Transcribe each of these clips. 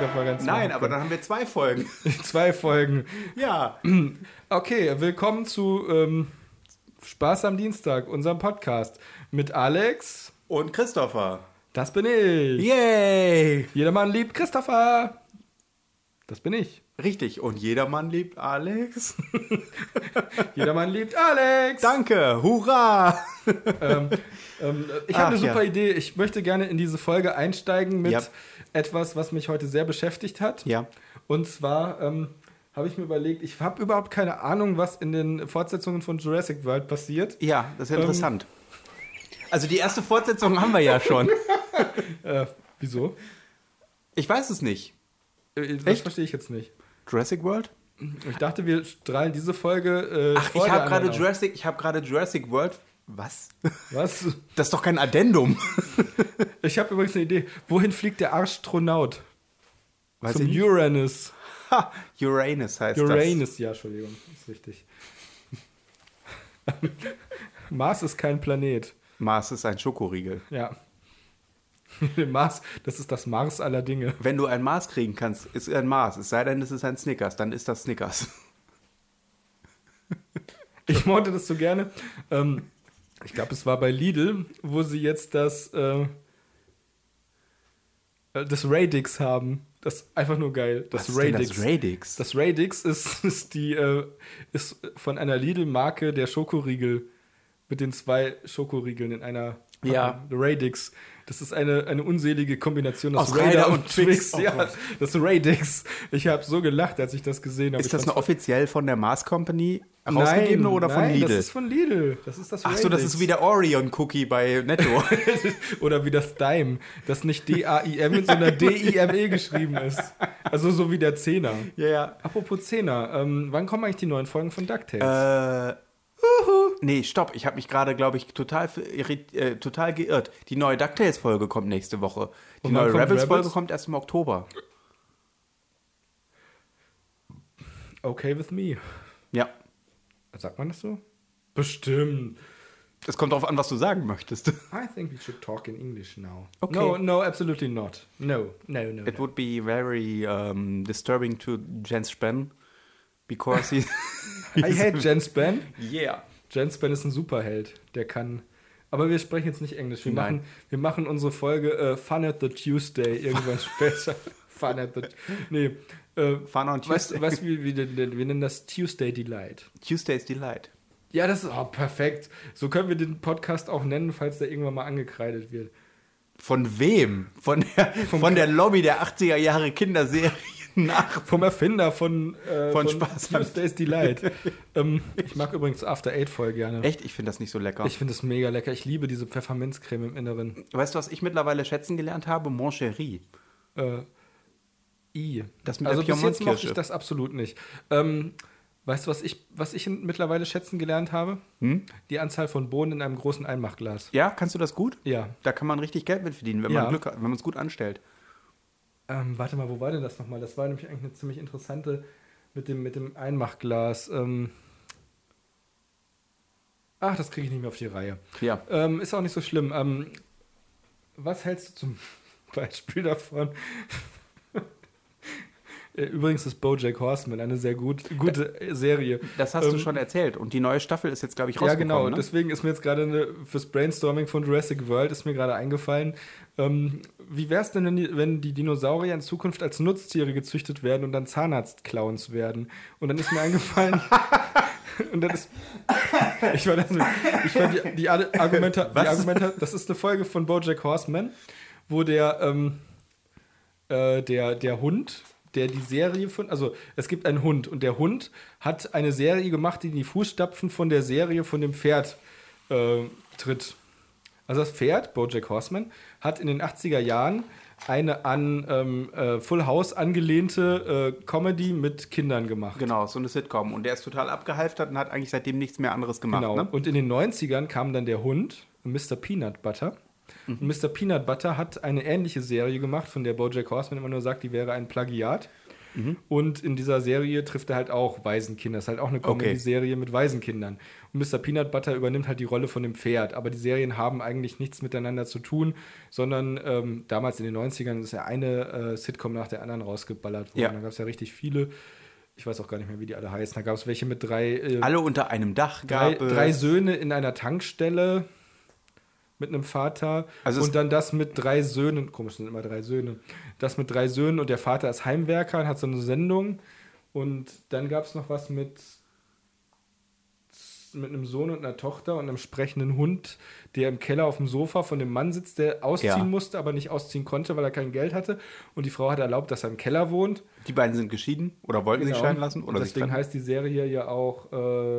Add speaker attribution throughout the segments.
Speaker 1: Referenz
Speaker 2: Nein, aber dann haben wir zwei Folgen.
Speaker 1: Zwei Folgen.
Speaker 2: Ja.
Speaker 1: Okay, willkommen zu ähm, Spaß am Dienstag, unserem Podcast mit Alex.
Speaker 2: Und Christopher.
Speaker 1: Das bin ich.
Speaker 2: Yay!
Speaker 1: Jedermann liebt Christopher. Das bin ich.
Speaker 2: Richtig. Und jedermann liebt Alex.
Speaker 1: Jedermann liebt Alex.
Speaker 2: Danke. Hurra!
Speaker 1: ähm, ähm, ich
Speaker 2: Ach,
Speaker 1: habe eine super
Speaker 2: Ah, ja.
Speaker 1: Idee. Ich möchte gerne in diese Folge einsteigen mit
Speaker 2: Ja.
Speaker 1: etwas, was mich heute sehr beschäftigt hat.
Speaker 2: Ja.
Speaker 1: Und zwar ähm, habe ich mir überlegt, ich habe überhaupt keine Ahnung, was in den Fortsetzungen von Jurassic World passiert.
Speaker 2: Ja, das ist ja interessant. Also die erste Fortsetzung haben wir ja schon.
Speaker 1: Äh, wieso?
Speaker 2: Ich weiß es nicht.
Speaker 1: Äh, Das
Speaker 2: Echt?
Speaker 1: verstehe ich jetzt nicht.
Speaker 2: Jurassic World?
Speaker 1: Ich dachte, wir strahlen diese Folge. Äh,
Speaker 2: Ach,
Speaker 1: vor
Speaker 2: ich
Speaker 1: der
Speaker 2: habe gerade
Speaker 1: anderen
Speaker 2: Jurassic, ich habe gerade Jurassic World. Was?
Speaker 1: auf. Was?
Speaker 2: Das ist doch kein Addendum.
Speaker 1: Ich habe übrigens eine Idee. Wohin fliegt der Astronaut?
Speaker 2: Weiß
Speaker 1: Zum
Speaker 2: ich nicht.
Speaker 1: Uranus.
Speaker 2: Ha, Uranus heißt
Speaker 1: Uranus, ja, Entschuldigung, ist richtig. Mars ist kein Planet.
Speaker 2: das. Mars ist ein Schokoriegel.
Speaker 1: Ja. Mars, das ist das Mars aller Dinge.
Speaker 2: Wenn du ein Mars kriegen kannst, ist ein Mars. Es sei denn, es ist ein Snickers, dann ist das Snickers.
Speaker 1: Ich mochte das so gerne. Ähm, ich glaube, es war bei Lidl, wo sie jetzt das, äh, äh, das Radix haben. Das ist einfach nur geil. Das
Speaker 2: Was ist denn
Speaker 1: Radix.
Speaker 2: Das Radix.
Speaker 1: Das Radix ist, ist die äh, ist von einer Lidl-Marke der Schokoriegel mit den zwei Schokoriegeln in einer Packung.
Speaker 2: Ja.
Speaker 1: Radix. Das ist eine, eine unselige Kombination
Speaker 2: Aus Raider und Twix. Oh
Speaker 1: ja,
Speaker 2: Gott.
Speaker 1: das Radix. Ich habe so gelacht, als ich das gesehen habe.
Speaker 2: ist
Speaker 1: Ich
Speaker 2: das
Speaker 1: fand's
Speaker 2: eine offiziell von der Mars Company
Speaker 1: Nein,
Speaker 2: rausgegebene oder von
Speaker 1: nein,
Speaker 2: Lidl?
Speaker 1: Das ist von Lidl. Das ist das
Speaker 2: Ach so, das ist wie der Orion Cookie bei Netto.
Speaker 1: Oder wie das Dime, das nicht D-A-I-M, sondern D-I-M-E E geschrieben ist. Also so wie der Zehner.
Speaker 2: ja,
Speaker 1: Apropos Zehner, ähm, wann kommen eigentlich die neuen Folgen von DuckTales?
Speaker 2: ja. Äh, nee, stopp. Ich habe mich gerade, glaube ich, total, irrit- äh, total geirrt. Die neue DuckTales-Folge kommt nächste Woche. Die
Speaker 1: Und wann
Speaker 2: neue
Speaker 1: kommt
Speaker 2: Rebels-Folge
Speaker 1: Rebels?
Speaker 2: kommt erst im Oktober.
Speaker 1: Okay with me.
Speaker 2: Ja.
Speaker 1: Sagt man das so? Bestimmt.
Speaker 2: Es kommt darauf an, was du sagen möchtest.
Speaker 1: I think we should talk in English now.
Speaker 2: Okay.
Speaker 1: No, no, absolutely not. No, no, no.
Speaker 2: It
Speaker 1: no.
Speaker 2: would be very um, disturbing to Jens Spen because he.
Speaker 1: I hate Jen Span.
Speaker 2: Yeah.
Speaker 1: Jen Span ist ein Superheld. Der kann. Aber wir sprechen jetzt nicht Englisch. Wir,
Speaker 2: Nein.
Speaker 1: machen, wir machen unsere Folge äh, Fun at the Tuesday irgendwann später. Fun at the. Nee. Äh,
Speaker 2: Fun on
Speaker 1: Weißt
Speaker 2: Tuesday.
Speaker 1: du, was wir, wir, wir nennen das Tuesday Delight.
Speaker 2: Tuesday's Delight.
Speaker 1: Ja, das ist oh, perfekt. So können wir den Podcast auch nennen, falls der irgendwann mal angekreidet wird.
Speaker 2: Von wem? Von der, von der Lobby der 80er Jahre Kinderserien nach.
Speaker 1: Vom Erfinder von, äh,
Speaker 2: Von Spaß am-
Speaker 1: Tuesdays Delight. ähm, ich mag übrigens After Eight voll gerne.
Speaker 2: Echt, ich finde das nicht so lecker.
Speaker 1: Ich finde es mega lecker. Ich liebe diese Pfefferminzcreme im Inneren.
Speaker 2: weißt du, was ich mittlerweile schätzen gelernt habe? Mon Chéri.
Speaker 1: Äh, I.
Speaker 2: Das mit
Speaker 1: also
Speaker 2: der
Speaker 1: bis jetzt mochte
Speaker 2: Piemontkirsche.
Speaker 1: ich das absolut nicht. Ähm, weißt du, was ich, was ich mittlerweile schätzen gelernt habe?
Speaker 2: Hm?
Speaker 1: Die Anzahl von Bohnen in einem großen Einmachglas.
Speaker 2: Ja, kannst du das gut?
Speaker 1: Ja.
Speaker 2: Da kann man richtig Geld mit verdienen, wenn
Speaker 1: Ja.
Speaker 2: man Glück hat, wenn man es gut anstellt.
Speaker 1: Ähm, warte mal, wo war denn das nochmal? Das war nämlich eigentlich eine ziemlich interessante mit dem, mit dem Einmachglas. Ähm, ach, das kriege ich nicht mehr auf die Reihe.
Speaker 2: Ja.
Speaker 1: Ähm, ist auch nicht so schlimm. Ähm, was hältst du zum Beispiel davon? Äh, Übrigens ist BoJack Horseman eine sehr gut, gute äh, Serie.
Speaker 2: Das hast du
Speaker 1: Ähm,
Speaker 2: schon erzählt. Und die neue Staffel ist jetzt, glaube ich,
Speaker 1: Ja,
Speaker 2: rausgekommen.
Speaker 1: genau.
Speaker 2: Ne?
Speaker 1: Deswegen ist mir jetzt gerade eine, fürs Brainstorming von Jurassic World ist mir gerade eingefallen. Ähm, wie wäre es denn, wenn die, wenn die Dinosaurier in Zukunft als Nutztiere gezüchtet werden und dann Zahnarztclowns werden? Und dann ist mir eingefallen. und dann ist. Ich war das. Ich war die, die alle Argumente. Die
Speaker 2: Was?
Speaker 1: Argumente. Das ist eine Folge von BoJack Horseman, wo der. Ähm, äh, der, der Hund, der die Serie von, also es gibt einen Hund und der Hund hat eine Serie gemacht, die in die Fußstapfen von der Serie von dem Pferd äh, tritt. Also das Pferd, Bojack Horseman, hat in den 80er Jahren eine an ähm, äh, Full House angelehnte äh, Comedy mit Kindern gemacht.
Speaker 2: Genau, so eine Sitcom. Und der ist total abgehalftert und hat eigentlich seitdem nichts mehr anderes gemacht.
Speaker 1: Genau.
Speaker 2: Ne?
Speaker 1: Und in den 90ern kam dann der Hund, Mr. Peanut Butter.
Speaker 2: Mhm.
Speaker 1: Und Mr. Peanut Butter hat eine ähnliche Serie gemacht, von der Bojack Horseman immer nur sagt, die wäre ein Plagiat.
Speaker 2: Mhm.
Speaker 1: Und in dieser Serie trifft er halt auch Waisenkinder. Ist halt auch eine Comedy-Serie mit Waisenkindern. Und Mr. Peanut Butter übernimmt halt die Rolle von dem Pferd. Aber die Serien haben eigentlich nichts miteinander zu tun, sondern ähm, damals in den 90ern ist ja eine äh, Sitcom nach der anderen rausgeballert worden.
Speaker 2: Ja.
Speaker 1: Da gab es ja richtig viele. Ich weiß auch gar nicht mehr, wie die alle heißen. Da gab es welche mit drei äh,
Speaker 2: Alle unter einem Dach
Speaker 1: drei,
Speaker 2: gab äh, es.
Speaker 1: drei Söhne in einer Tankstelle mit einem Vater
Speaker 2: Also es-
Speaker 1: und dann das mit drei Söhnen. Komisch, sind immer drei Söhne. Das mit drei Söhnen und der Vater ist Heimwerker und hat so eine Sendung. Und dann gab es noch was mit mit einem Sohn und einer Tochter und einem sprechenden Hund, der im Keller auf dem Sofa von dem Mann sitzt, der ausziehen
Speaker 2: Ja.
Speaker 1: musste, aber nicht ausziehen konnte, weil er kein Geld hatte. Und die Frau hat erlaubt, dass er im Keller wohnt. Genau.
Speaker 2: Die beiden sind geschieden oder wollten sich scheiden lassen
Speaker 1: und
Speaker 2: oder
Speaker 1: deswegen
Speaker 2: sich
Speaker 1: heißt die Serie ja auch äh,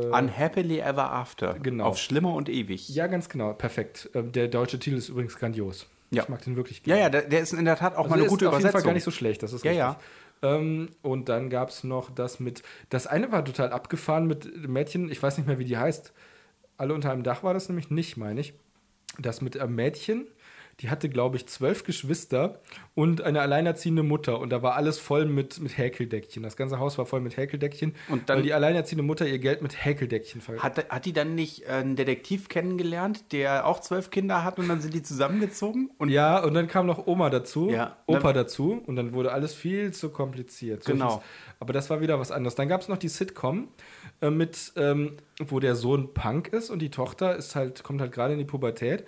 Speaker 2: trennen. Unhappily Ever After.
Speaker 1: Genau.
Speaker 2: Auf Schlimmer und Ewig.
Speaker 1: Ja, ganz genau, perfekt. Ähm, Der deutsche Titel ist übrigens grandios.
Speaker 2: Ja.
Speaker 1: Ich mag den wirklich
Speaker 2: Ja, ja, der, der ist in der Tat auch
Speaker 1: Also
Speaker 2: mal eine
Speaker 1: der
Speaker 2: gute
Speaker 1: ist
Speaker 2: Übersetzung.
Speaker 1: Auf jeden Fall gar nicht so schlecht, das ist
Speaker 2: Ja,
Speaker 1: richtig.
Speaker 2: ja.
Speaker 1: Ähm, und dann gab es noch das mit, das eine war total abgefahren mit dem Mädchen, ich weiß nicht mehr, wie die heißt. Alle unter einem Dach war das nämlich nicht, meine ich. Das mit einem Mädchen, die hatte, glaube ich, zwölf Geschwister und eine alleinerziehende Mutter. Und da war alles voll mit, mit Häkeldeckchen. Das ganze Haus war voll mit Häkeldeckchen.
Speaker 2: Und dann-
Speaker 1: weil die alleinerziehende Mutter ihr Geld mit Häkeldeckchen ver
Speaker 2: Hat, hat die dann nicht äh, einen Detektiv kennengelernt, der auch zwölf Kinder hat und dann sind die zusammengezogen? Und
Speaker 1: Ja, und dann kam noch Oma dazu,
Speaker 2: Ja.
Speaker 1: Opa dazu und dann wurde alles viel zu kompliziert. So
Speaker 2: Genau.
Speaker 1: hieß- Aber das war wieder was anderes. Dann gab es noch die Sitcom äh, mit, ähm, wo der Sohn Punk ist und die Tochter ist halt, kommt halt gerade in die Pubertät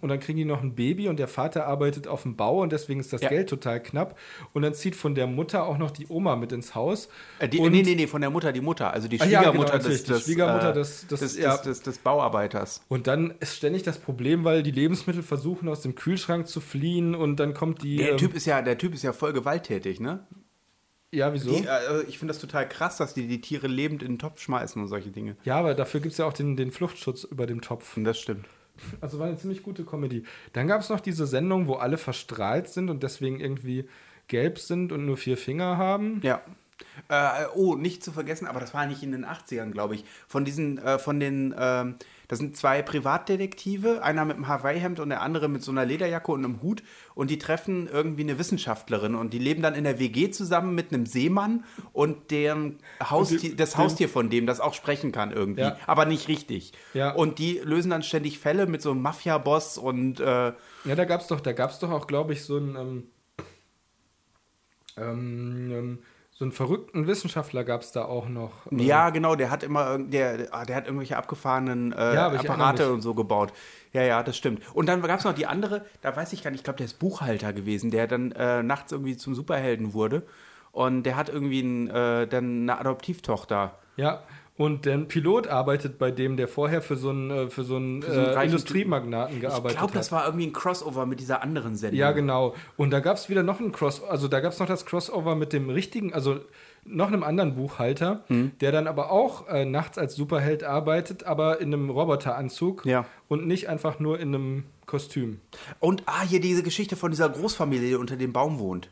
Speaker 1: und dann kriegen die noch ein Baby und der Vater arbeitet auf dem Bau und deswegen ist das
Speaker 2: Ja.
Speaker 1: Geld total knapp und dann zieht von der Mutter auch noch die Oma mit ins Haus.
Speaker 2: äh, die,
Speaker 1: und
Speaker 2: nee, nee, nee, von der Mutter, die Mutter, also die
Speaker 1: Ah, ja, genau,
Speaker 2: Schwiegermutter,
Speaker 1: natürlich,
Speaker 2: des,
Speaker 1: die
Speaker 2: des,
Speaker 1: Schwiegermutter
Speaker 2: äh,
Speaker 1: des- des-
Speaker 2: des, des,
Speaker 1: ja.
Speaker 2: des, des Bauarbeiters.
Speaker 1: Und dann ist ständig das Problem, weil die Lebensmittel versuchen aus dem Kühlschrank zu fliehen und dann kommt die
Speaker 2: Der
Speaker 1: ähm,
Speaker 2: Typ ist ja, der Typ ist ja voll gewalttätig, ne?
Speaker 1: ja wieso?
Speaker 2: Die, äh, also ich finde das total krass, dass die die Tiere lebend in den Topf schmeißen und solche Dinge.
Speaker 1: Ja, aber dafür gibt es ja auch den, den Fluchtschutz über dem Topf.
Speaker 2: Und das stimmt.
Speaker 1: Also war eine ziemlich gute Comedy. Dann gab es noch diese Sendung, wo alle verstrahlt sind und deswegen irgendwie gelb sind und nur vier Finger haben.
Speaker 2: Ja. Äh, oh, nicht zu vergessen, aber das war nicht in den 80ern, glaube ich. Von diesen, äh, von den, ähm, das sind zwei Privatdetektive, einer mit einem Hawaii-Hemd und der andere mit so einer Lederjacke und einem Hut. Und die treffen irgendwie eine Wissenschaftlerin und die leben dann in der WG zusammen mit einem Seemann und dem Haustier,
Speaker 1: dem-
Speaker 2: das Haustier von dem, das auch sprechen kann irgendwie,
Speaker 1: Ja.
Speaker 2: aber nicht richtig.
Speaker 1: Ja.
Speaker 2: Und die lösen dann ständig Fälle mit so einem Mafia-Boss und äh,
Speaker 1: Ja, da gab es doch, da gab's doch auch, glaube ich, so einen, ähm, ähm, ähm, so einen verrückten Wissenschaftler gab es da auch noch. Ähm,
Speaker 2: Ja, genau, der hat immer irgend- der, ah, der hat irgendwelche abgefahrenen äh,
Speaker 1: Ja, aber ich erinnere
Speaker 2: Apparate
Speaker 1: mich.
Speaker 2: und so gebaut. Ja, ja, das stimmt. Und dann gab es noch die andere, da weiß ich gar nicht, ich glaube, der ist Buchhalter gewesen, der dann äh, nachts irgendwie zum Superhelden wurde. Und der hat irgendwie ein, äh, dann eine Adoptivtochter.
Speaker 1: Ja. Und der Pilot arbeitet bei dem, der vorher für so einen, äh, für so einen,
Speaker 2: so einen
Speaker 1: äh,
Speaker 2: reichen
Speaker 1: Industriemagnaten
Speaker 2: Ich
Speaker 1: gearbeitet
Speaker 2: glaube,
Speaker 1: hat.
Speaker 2: das war irgendwie ein Crossover mit dieser anderen Sendung.
Speaker 1: Ja, genau. Und da gab es wieder noch ein Cross, also da gab es noch das Crossover mit dem richtigen, also noch einem anderen Buchhalter, der dann aber auch äh, nachts als Superheld arbeitet, aber in einem Roboteranzug
Speaker 2: Ja.
Speaker 1: und nicht einfach nur in einem Kostüm.
Speaker 2: Und ah, hier diese Geschichte von dieser Großfamilie, die unter dem Baum wohnt.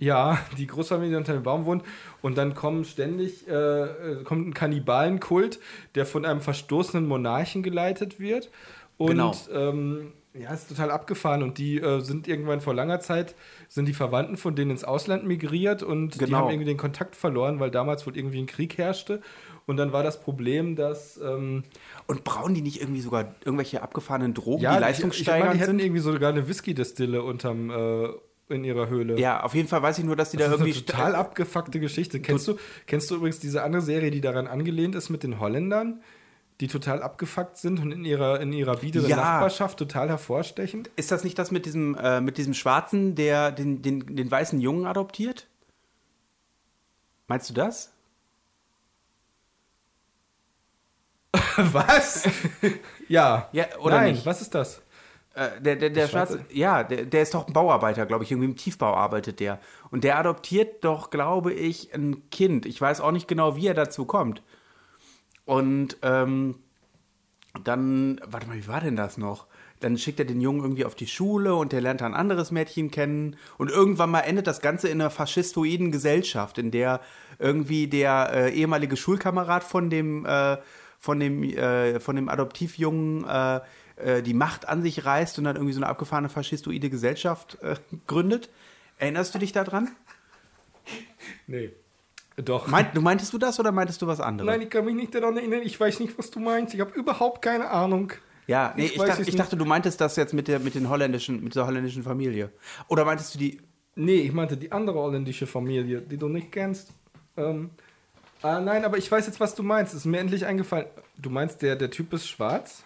Speaker 1: Ja, die Großfamilie die unter dem Baum wohnt und dann kommen ständig äh, äh, kommt ein Kannibalenkult, der von einem verstoßenen Monarchen geleitet wird und
Speaker 2: Genau.
Speaker 1: ähm, ja, ist total abgefahren und die äh, sind irgendwann vor langer Zeit sind die Verwandten von denen ins Ausland migriert und die
Speaker 2: Genau.
Speaker 1: haben irgendwie den Kontakt verloren, weil damals wohl irgendwie ein Krieg herrschte und dann war das Problem, dass ähm,
Speaker 2: Und brauen die nicht irgendwie sogar irgendwelche abgefahrenen Drogen,
Speaker 1: ja, ich- ich
Speaker 2: die
Speaker 1: meine,
Speaker 2: leistungssteigernd
Speaker 1: die hätten
Speaker 2: sind?
Speaker 1: irgendwie sogar eine Whisky-Destille unterm äh, in ihrer Höhle.
Speaker 2: Ja, auf jeden Fall weiß ich nur, dass die da
Speaker 1: Das ist
Speaker 2: irgendwie
Speaker 1: eine total abgefuckte Geschichte. Kennst du, kennst du übrigens diese andere Serie, die daran angelehnt ist mit den Holländern, die total abgefuckt sind und in ihrer, in ihrer biederen
Speaker 2: Ja.
Speaker 1: Nachbarschaft total hervorstechen?
Speaker 2: Ist das nicht das mit diesem, äh, mit diesem Schwarzen, der den, den, den weißen Jungen adoptiert? Meinst du das?
Speaker 1: Was? ja.
Speaker 2: Ja, oder
Speaker 1: Nein,
Speaker 2: nicht?
Speaker 1: was ist das?
Speaker 2: Äh, der, der, der
Speaker 1: Schwarze?
Speaker 2: Schwarze, ja, der, der ist doch ein Bauarbeiter, glaube ich. Irgendwie im Tiefbau arbeitet der. Und der adoptiert doch, glaube ich, ein Kind. Ich weiß auch nicht genau, wie er dazu kommt. Und ähm, dann, warte mal, wie war denn das noch? Dann schickt er den Jungen irgendwie auf die Schule und der lernt dann ein anderes Mädchen kennen. Und irgendwann mal endet das Ganze in einer faschistoiden Gesellschaft, in der irgendwie der äh, ehemalige Schulkamerad von dem, äh, von dem, äh, von dem Adoptivjungen äh, äh, die Macht an sich reißt und dann irgendwie so eine abgefahrene faschistoide Gesellschaft äh, gründet. Erinnerst du dich daran?
Speaker 1: Nee. Doch.
Speaker 2: Meint, du meintest du das oder meintest du was anderes?
Speaker 1: Nein, ich kann mich nicht daran erinnern. Ich weiß nicht, was du meinst. Ich habe überhaupt keine Ahnung.
Speaker 2: ja, nee,
Speaker 1: ich
Speaker 2: ich,
Speaker 1: weiß
Speaker 2: dachte,
Speaker 1: es
Speaker 2: ich dachte, du meintest das jetzt mit der mit den holländischen mit der holländischen Familie. Oder meintest du die
Speaker 1: Nee, ich meinte die andere holländische Familie, die du nicht kennst. Ähm, ah, nein, aber ich weiß jetzt, was du meinst. Ist mir endlich eingefallen. Du meinst, der, der Typ ist schwarz?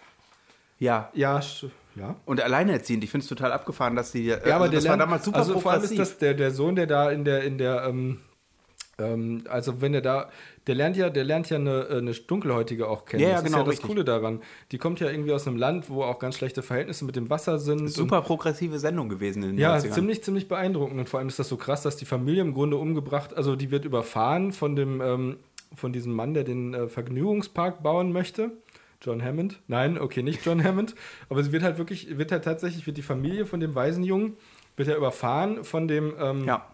Speaker 2: ja
Speaker 1: Ja, sch ja.
Speaker 2: und alleinerziehend? Ich finde es total abgefahren, dass die
Speaker 1: Ja, aber
Speaker 2: Äh, also
Speaker 1: der
Speaker 2: das war
Speaker 1: lernt-
Speaker 2: damals super
Speaker 1: also vor allem ist
Speaker 2: progressiv.
Speaker 1: das der, der Sohn, der da in der in der ähm, ähm, also wenn er da der lernt ja der lernt ja eine, äh, eine dunkelhäutige auch kennen.
Speaker 2: Ja, ja,
Speaker 1: das
Speaker 2: genau,
Speaker 1: ist ja das
Speaker 2: richtig.
Speaker 1: Coole daran. Die kommt ja irgendwie aus einem Land, wo auch ganz schlechte Verhältnisse mit dem Wasser sind.
Speaker 2: super progressive Sendung gewesen in den
Speaker 1: Und, ja,
Speaker 2: 90ern.
Speaker 1: ziemlich ziemlich beeindruckend und vor allem ist das so krass, dass die Familie im Grunde umgebracht, also die wird überfahren von dem ähm, von diesem Mann, der den äh, Vergnügungspark bauen möchte. John Hammond? Nein, okay, nicht John Hammond. Aber sie wird halt wirklich, wird halt tatsächlich, wird die Familie von dem Waisenjungen, wird ja überfahren von dem, ähm,
Speaker 2: Ja.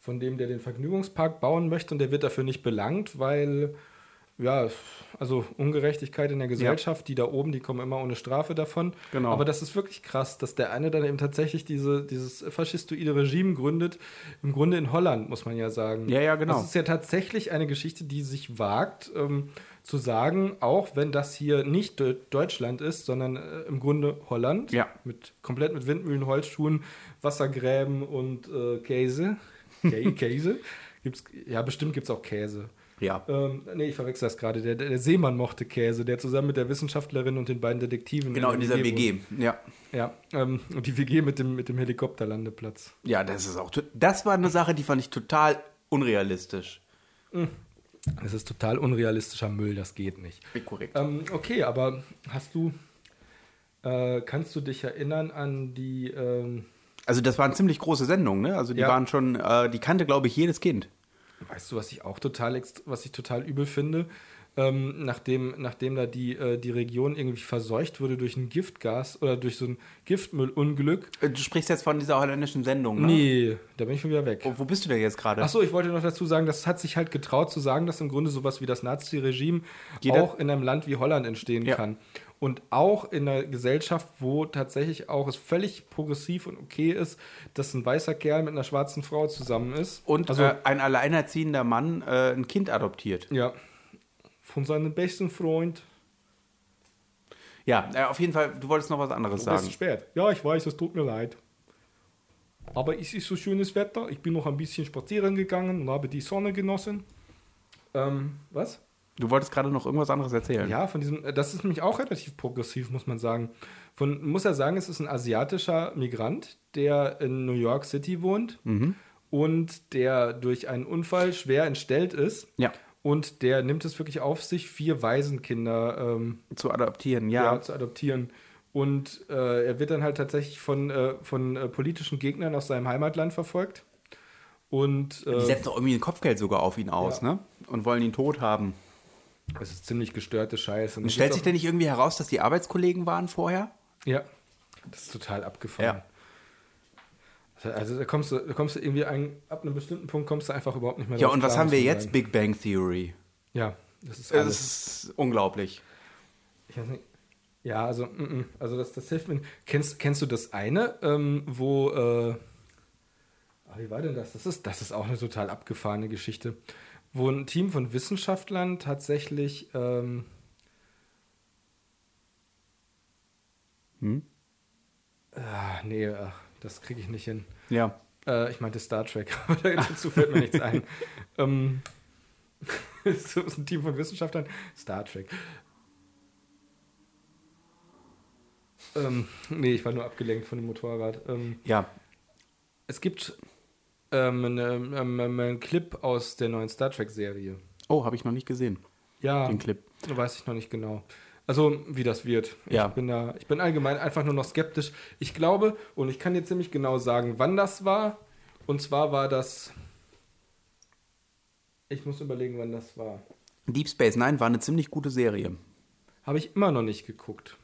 Speaker 1: von dem, der den Vergnügungspark bauen möchte und der wird dafür nicht belangt, weil, ja, also Ungerechtigkeit in der Gesellschaft, die da oben, die kommen immer ohne Strafe davon.
Speaker 2: Genau.
Speaker 1: Aber das ist wirklich krass, dass der eine dann eben tatsächlich diese, dieses faschistoide Regime gründet, im Grunde in Holland, muss man ja sagen.
Speaker 2: Ja, ja, genau.
Speaker 1: Das ist ja tatsächlich eine Geschichte, die sich wagt, ähm, zu sagen, auch wenn das hier nicht Deu- Deutschland ist, sondern äh, im Grunde Holland.
Speaker 2: Ja.
Speaker 1: Mit, komplett mit Windmühlen, Holzschuhen, Wassergräben und äh, Käse. Kä- Käse? Gibt's, ja, bestimmt gibt es auch Käse.
Speaker 2: Ja.
Speaker 1: Ähm, nee, ich verwechsel das gerade. Der, der Seemann mochte Käse, der zusammen mit der Wissenschaftlerin und den beiden Detektiven.
Speaker 2: Genau, in
Speaker 1: der
Speaker 2: dieser
Speaker 1: wohnt.
Speaker 2: WG. Ja.
Speaker 1: Ja, ähm, und die WG mit dem, mit dem Helikopterlandeplatz.
Speaker 2: Ja, das ist auch. to- Das war eine Sache, die fand ich total unrealistisch.
Speaker 1: Das ist total unrealistischer Müll, das geht nicht.
Speaker 2: Korrekt.
Speaker 1: Ähm, okay, aber hast du, äh, kannst du dich erinnern an die, ähm,
Speaker 2: Also, das waren ziemlich große Sendungen, ne? Also, die
Speaker 1: Ja.
Speaker 2: waren schon. Äh, die kannte, glaube ich, jedes Kind.
Speaker 1: Weißt du, was ich auch total, ext- was ich total übel finde? Ähm, nachdem, nachdem da die, äh, die Region irgendwie verseucht wurde durch ein Giftgas oder durch so ein Giftmüllunglück.
Speaker 2: Äh, Du sprichst jetzt von dieser holländischen Sendung, ne?
Speaker 1: Nee, da bin ich schon wieder weg.
Speaker 2: Wo, wo bist du denn jetzt gerade?
Speaker 1: Achso, ich wollte noch dazu sagen, das hat sich halt getraut zu sagen, dass im Grunde sowas wie das Nazi-Regime
Speaker 2: Jeder-
Speaker 1: auch in einem Land wie Holland entstehen
Speaker 2: Ja.
Speaker 1: kann. Und auch in einer Gesellschaft, wo tatsächlich auch es völlig progressiv und okay ist, dass ein weißer Kerl mit einer schwarzen Frau zusammen ist.
Speaker 2: Und
Speaker 1: also,
Speaker 2: äh, ein alleinerziehender Mann äh, ein Kind adoptiert.
Speaker 1: ja, von seinem besten Freund.
Speaker 2: Ja, äh, auf jeden Fall, du wolltest noch was anderes
Speaker 1: Es
Speaker 2: sagen.
Speaker 1: ist spät. Ja, ich weiß, es tut mir leid. Aber es ist so schönes Wetter. Ich bin noch ein bisschen spazieren gegangen und habe die Sonne genossen. Ähm, was?
Speaker 2: Du wolltest gerade noch irgendwas anderes erzählen.
Speaker 1: Ja, von diesem, das ist nämlich auch relativ progressiv, muss man sagen. Von, man muss ja sagen, es ist ein asiatischer Migrant, der in New York City wohnt
Speaker 2: Mhm.
Speaker 1: und der durch einen Unfall schwer entstellt ist.
Speaker 2: Ja.
Speaker 1: Und der nimmt es wirklich auf sich, vier Waisenkinder ähm,
Speaker 2: Zu adoptieren,
Speaker 1: ja.
Speaker 2: ja.
Speaker 1: zu adoptieren. Und äh, er wird dann halt tatsächlich von, äh, von äh, politischen Gegnern aus seinem Heimatland verfolgt. Und
Speaker 2: Die
Speaker 1: äh,
Speaker 2: setzen doch irgendwie ein Kopfgeld sogar auf ihn aus,
Speaker 1: Ja.
Speaker 2: ne? Und wollen ihn tot haben.
Speaker 1: es ist ziemlich gestörte Scheiße. Und
Speaker 2: Und
Speaker 1: es
Speaker 2: stellt
Speaker 1: ist
Speaker 2: sich
Speaker 1: auch-
Speaker 2: denn nicht irgendwie heraus, dass die Arbeitskollegen waren vorher?
Speaker 1: Ja, das ist total abgefahren. Also da kommst du, da kommst du irgendwie ein, ab einem bestimmten Punkt kommst du einfach überhaupt nicht mehr
Speaker 2: Ja,
Speaker 1: drauf
Speaker 2: und was
Speaker 1: klar,
Speaker 2: haben
Speaker 1: muss
Speaker 2: wir
Speaker 1: man
Speaker 2: jetzt?
Speaker 1: sagen.
Speaker 2: Big Bang Theory.
Speaker 1: Ja, das ist
Speaker 2: Das
Speaker 1: alles.
Speaker 2: ist unglaublich.
Speaker 1: Ich weiß nicht. Ja, also, mm, mm. also das, das hilft mir. nicht. Kennst, kennst du das eine, ähm, wo. Äh, ah, wie war denn das? Das ist, das ist auch eine total abgefahrene Geschichte. Wo ein Team von Wissenschaftlern tatsächlich. Ähm,
Speaker 2: Hm?
Speaker 1: ah, nee, ach, das kriege ich nicht hin.
Speaker 2: Ja.
Speaker 1: Äh, ich meinte Star Trek, aber dazu fällt mir nichts ein. ähm, so ist ein Team von Wissenschaftlern. Star Trek. Ähm, nee, ich war nur abgelenkt von dem Motorrad. Ähm,
Speaker 2: Ja.
Speaker 1: es gibt ähm, einen, ähm, ähm, einen Clip aus der neuen Star Trek-Serie.
Speaker 2: Oh, habe ich noch nicht gesehen.
Speaker 1: Ja,
Speaker 2: Den Clip.
Speaker 1: weiß ich noch nicht genau. Also, wie das wird.
Speaker 2: Ja.
Speaker 1: Ich bin da, ich bin allgemein einfach nur noch skeptisch. Ich glaube, und ich kann dir ziemlich genau sagen, wann das war. Und zwar war das. Ich muss überlegen, wann das war.
Speaker 2: Deep Space Nine war eine ziemlich gute Serie.
Speaker 1: Habe ich immer noch nicht geguckt.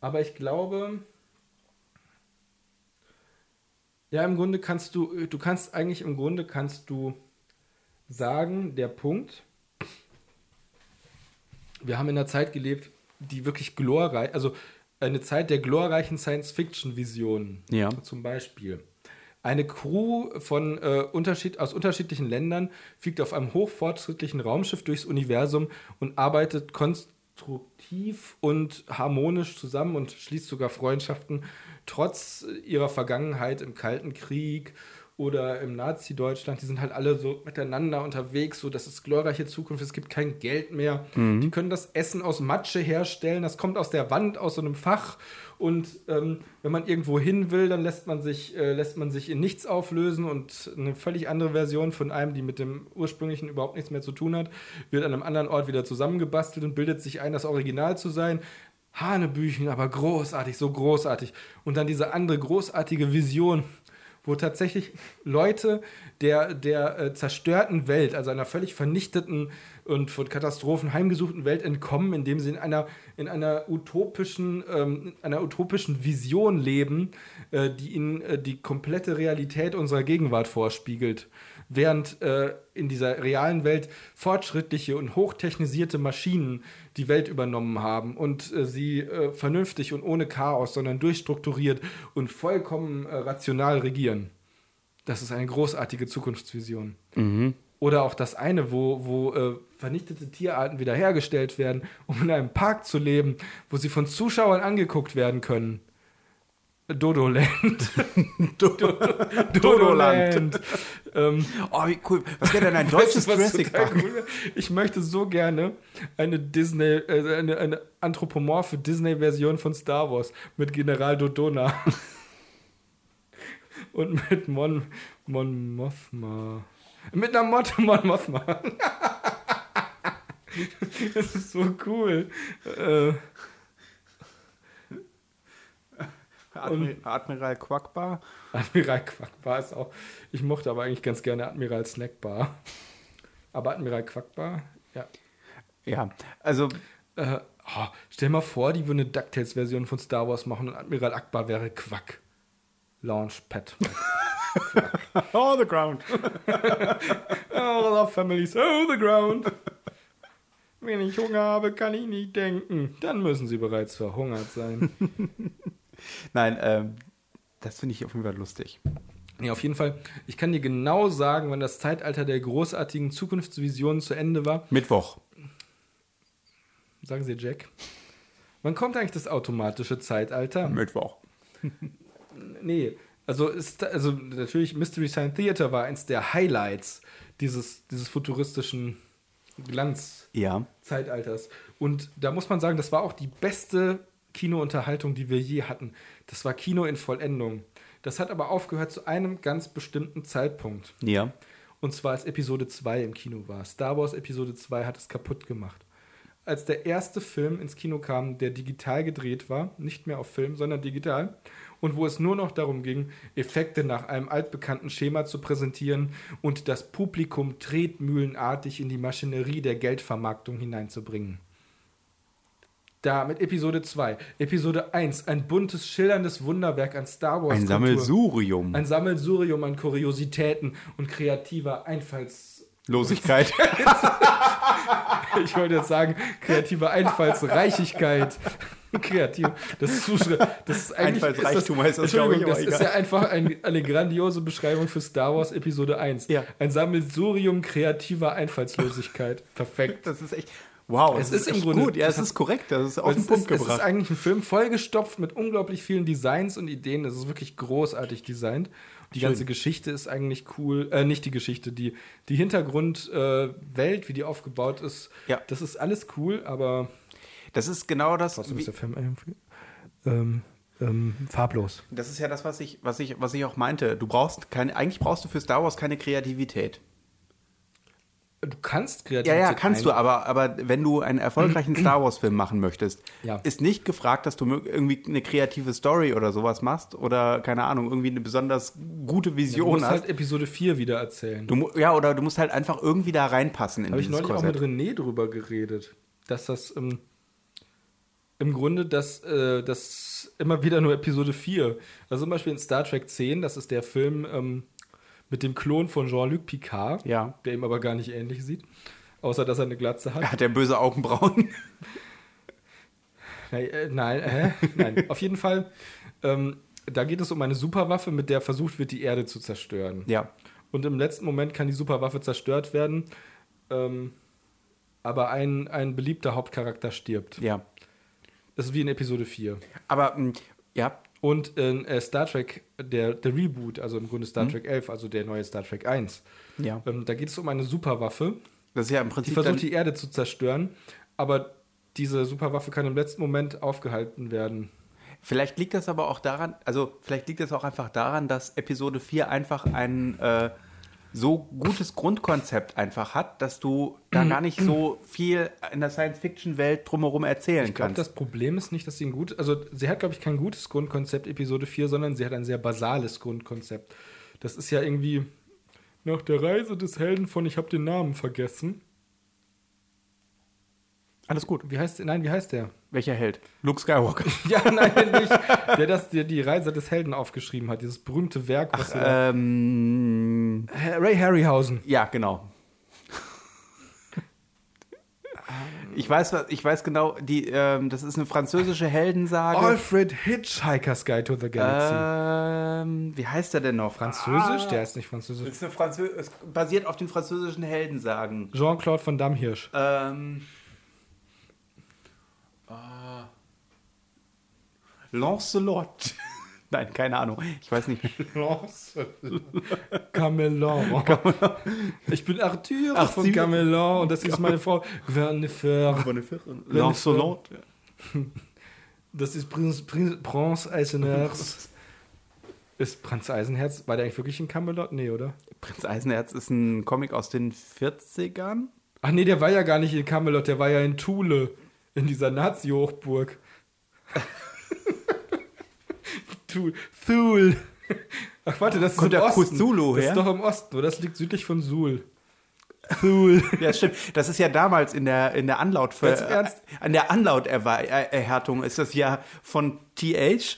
Speaker 1: Aber ich glaube. Ja, im Grunde kannst du, du kannst eigentlich im Grunde kannst du sagen, der Punkt, wir haben in einer Zeit gelebt, die wirklich glorreich, also eine Zeit der glorreichen Science-Fiction-Visionen.
Speaker 2: Ja.
Speaker 1: Zum Beispiel. Eine Crew von, äh, unterschied aus unterschiedlichen Ländern fliegt auf einem hochfortschrittlichen Raumschiff durchs Universum und arbeitet konstruktiv und harmonisch zusammen und schließt sogar Freundschaften trotz ihrer Vergangenheit im Kalten Krieg oder im Nazi-Deutschland, die sind halt alle so miteinander unterwegs, so das ist glorreiche Zukunft, es gibt kein Geld mehr. Die können das Essen aus Matsche herstellen, das kommt aus der Wand, aus so einem Fach. Und ähm, wenn man irgendwo hin will, dann lässt man sich, äh, lässt man sich in nichts auflösen und eine völlig andere Version von einem, die mit dem ursprünglichen überhaupt nichts mehr zu tun hat, wird an einem anderen Ort wieder zusammengebastelt und bildet sich ein, das Original zu sein. Hanebüchen, aber großartig, so großartig. Und dann diese andere großartige Vision, wo tatsächlich Leute der, der äh, zerstörten Welt, also einer völlig vernichteten und von Katastrophen heimgesuchten Welt entkommen, indem sie in einer, in einer, utopischen, ähm, in einer utopischen Vision leben, äh, die ihnen äh, die komplette Realität unserer Gegenwart vorspiegelt. Während äh, in dieser realen Welt fortschrittliche und hochtechnisierte Maschinen die Welt übernommen haben und äh, sie äh, vernünftig und ohne Chaos, sondern durchstrukturiert und vollkommen äh, rational regieren. Das ist eine großartige Zukunftsvision.
Speaker 2: Mhm.
Speaker 1: Oder auch das eine, wo, wo vernichtete Tierarten wiederhergestellt werden, um in einem Park zu leben, wo sie von Zuschauern angeguckt werden können. Dodoland. Dodoland. ähm,
Speaker 2: Oh, wie cool. Was wäre denn ein
Speaker 1: Weißt
Speaker 2: deutsches
Speaker 1: du, was
Speaker 2: Jurassic
Speaker 1: total
Speaker 2: Park?
Speaker 1: cool wäre? Ich möchte so gerne eine Disney, also eine, eine anthropomorphe Disney-Version von Star Wars mit General Dodona. Und mit Mon, Mon Mothma. Mit einer Motte Mon Mothma. Das ist so cool. Äh,
Speaker 2: Admi- Admiral Quackbar?
Speaker 1: Admiral Quackbar ist auch. Ich mochte aber eigentlich ganz gerne Admiral Snackbar. Aber Admiral Quackbar, ja.
Speaker 2: Ja, also
Speaker 1: Äh, oh, stell mal vor, die würden eine DuckTales-Version von Star Wars machen und Admiral Akbar wäre Quack. Launchpad. Oh,
Speaker 2: on the ground.
Speaker 1: All our families on the ground. Wenn ich Hunger habe, kann ich nicht denken. Dann müssen sie bereits verhungert sein.
Speaker 2: Nein, ähm, das finde ich auf jeden Fall lustig.
Speaker 1: Nee, auf jeden Fall. Ich kann dir genau sagen, wann das Zeitalter der großartigen Zukunftsvisionen zu Ende war.
Speaker 2: Mittwoch.
Speaker 1: Sagen Sie, Jack. Wann kommt eigentlich das automatische Zeitalter?
Speaker 2: Mittwoch.
Speaker 1: Nee, also ist also natürlich Mystery Science Theater war eins der Highlights dieses dieses futuristischen Glanzzeitalters
Speaker 2: Ja.
Speaker 1: und da muss man sagen, das war auch die beste Kinounterhaltung, die wir je hatten. Das war Kino in Vollendung. Das hat aber aufgehört zu einem ganz bestimmten Zeitpunkt.
Speaker 2: Ja.
Speaker 1: Und zwar als Episode 2 im Kino war. Star Wars Episode 2 hat es kaputt gemacht. Als der erste Film ins Kino kam, der digital gedreht war, nicht mehr auf Film, sondern digital, und wo es nur noch darum ging, Effekte nach einem altbekannten Schema zu präsentieren und das Publikum tretmühlenartig in die Maschinerie der Geldvermarktung hineinzubringen. Da mit Episode 2. Episode 1, ein buntes, schillerndes Wunderwerk an Star Wars.
Speaker 2: Ein
Speaker 1: Kultur.
Speaker 2: Sammelsurium.
Speaker 1: Ein Sammelsurium an Kuriositäten und kreativer Einfalls.
Speaker 2: Losigkeit.
Speaker 1: Ich wollte jetzt sagen, kreative Einfallsreichigkeit. Kreativ. Das ist, Zuschri das ist eigentlich.
Speaker 2: Einfallsreichtum
Speaker 1: ist
Speaker 2: heißt das,
Speaker 1: Entschuldigung,
Speaker 2: glaube ich,
Speaker 1: das
Speaker 2: aber
Speaker 1: ist
Speaker 2: egal.
Speaker 1: ja einfach ein, eine grandiose Beschreibung für Star Wars Episode 1.
Speaker 2: Ja.
Speaker 1: Ein Sammelsurium kreativer Einfallslosigkeit. Perfekt.
Speaker 2: Das ist echt. Wow,
Speaker 1: Es
Speaker 2: es
Speaker 1: ist
Speaker 2: ist,
Speaker 1: im
Speaker 2: echt
Speaker 1: Grunde-
Speaker 2: gut. Ja, es ist korrekt. Das ist auf
Speaker 1: es
Speaker 2: den Punkt
Speaker 1: ist, Es ist
Speaker 2: gebracht.
Speaker 1: eigentlich ein Film vollgestopft mit unglaublich vielen Designs und Ideen. Es ist wirklich großartig designt. Die ganze Geschichte ist eigentlich cool. Äh, nicht die Geschichte, die, die Hintergrundwelt, äh, Welt, wie die aufgebaut ist.
Speaker 2: Ja.
Speaker 1: Das ist alles cool, aber
Speaker 2: das ist genau das.
Speaker 1: trotzdem
Speaker 2: wie-
Speaker 1: ist der Film irgendwie ähm, ähm, farblos.
Speaker 2: Das ist ja das, was ich, was ich, was ich auch meinte. Du brauchst keine, eigentlich brauchst du für Star Wars keine Kreativität.
Speaker 1: Du kannst kreativ
Speaker 2: Ja, ja, kannst du, aber, aber wenn du einen erfolgreichen Star Wars-Film machen möchtest,
Speaker 1: Ja.
Speaker 2: ist nicht gefragt, dass du mö- irgendwie eine kreative Story oder sowas machst oder, keine Ahnung, irgendwie eine besonders gute
Speaker 1: Du
Speaker 2: Vision
Speaker 1: musst
Speaker 2: hast.
Speaker 1: halt Episode 4 wieder erzählen.
Speaker 2: du, mu- ja, oder du musst halt einfach irgendwie da reinpassen in
Speaker 1: Habe ich
Speaker 2: dieses
Speaker 1: neulich auch mit
Speaker 2: Korsett.
Speaker 1: René drüber geredet, dass das ähm, im Grunde das, äh, das immer wieder nur Episode 4. Also zum Beispiel in Star Trek 10, das ist der Film ähm, mit dem Klon von Jean-Luc Picard,
Speaker 2: Ja.
Speaker 1: der ihm aber gar nicht ähnlich sieht, außer dass er eine Glatze hat.
Speaker 2: Hat der böse Augenbrauen?
Speaker 1: äh, Nein, äh, nein, hä? nein. auf jeden Fall ähm, da geht es um eine Superwaffe, mit der versucht wird, die Erde zu zerstören.
Speaker 2: Ja.
Speaker 1: Und im letzten Moment kann die Superwaffe zerstört werden, ähm, aber ein, ein beliebter Hauptcharakter stirbt.
Speaker 2: Ja.
Speaker 1: Das ist wie in Episode 4.
Speaker 2: Aber mh, ja,
Speaker 1: Und in äh, Star Trek, der, der Reboot, also im Grunde Star Trek 11, also der neue Star Trek 1,
Speaker 2: ja.
Speaker 1: ähm, da geht es um eine Superwaffe,
Speaker 2: Das ist ja im
Speaker 1: die
Speaker 2: Prinzip dann,
Speaker 1: versucht, die Erde zu zerstören, aber diese Superwaffe kann im letzten Moment aufgehalten werden.
Speaker 2: Vielleicht liegt das aber auch daran, also vielleicht liegt das auch einfach daran, dass Episode 4 einfach ein äh, so gutes Grundkonzept einfach hat, dass du da gar nicht so viel in der Science-Fiction-Welt drumherum erzählen
Speaker 1: Ich glaube,
Speaker 2: kannst.
Speaker 1: das Problem ist nicht, dass sie ein gut, also sie hat, glaube ich, kein gutes Grundkonzept Episode 4, sondern sie hat ein sehr basales Grundkonzept. Das ist ja irgendwie nach der Reise des Helden von ich habe den Namen vergessen.
Speaker 2: Alles gut.
Speaker 1: Wie heißt der? Nein, wie heißt der?
Speaker 2: Welcher Held? Luke Skywalker.
Speaker 1: Ja, nein, nicht. Der das der die Reise des Helden aufgeschrieben hat, dieses berühmte Werk, was so-
Speaker 2: ähm,
Speaker 1: Ha- Ray Harryhausen.
Speaker 2: ja, genau. Ich weiß, was, ich weiß genau, die, ähm, das ist eine französische Heldensage.
Speaker 1: Alfred Hitchhiker's Guide to the
Speaker 2: Äh.
Speaker 1: Galaxy.
Speaker 2: Ähm, wie heißt er denn noch?
Speaker 1: Französisch? Der ist nicht französisch.
Speaker 2: Das ist eine Franzö es basiert auf den französischen Heldensagen.
Speaker 1: Jean-Claude Van Damme Hirsch.
Speaker 2: Ähm. Äh, Lancelot. Nein, keine Ahnung. Ich weiß nicht.
Speaker 1: Camelon. Ich bin Arthur
Speaker 2: Ach,
Speaker 1: von
Speaker 2: Sie-
Speaker 1: Camelon und das ist meine Frau Guernefeur.
Speaker 2: Lancelot.
Speaker 1: Das ist Prinz, Prinz, Prinz Eisenherz. Ist Prinz Eisenherz, war der eigentlich wirklich in Camelot? Nee, oder?
Speaker 2: Prinz Eisenherz ist ein Comic aus den 40ern.
Speaker 1: Ach nee, der war ja gar nicht in Camelot, der war ja in Thule, in dieser Nazi-Hochburg. Thu- Thule. Ach warte, das ist
Speaker 2: Kommt
Speaker 1: im
Speaker 2: der
Speaker 1: Osten.
Speaker 2: Cthulhu
Speaker 1: das
Speaker 2: her?
Speaker 1: ist doch im Osten, oder? Das liegt südlich von Suhl. Thule.
Speaker 2: Ja, stimmt. Das ist ja damals in der, in der Anlaut
Speaker 1: Ganz im Ernst?
Speaker 2: an der Anlauterhärtung ist das ja von TH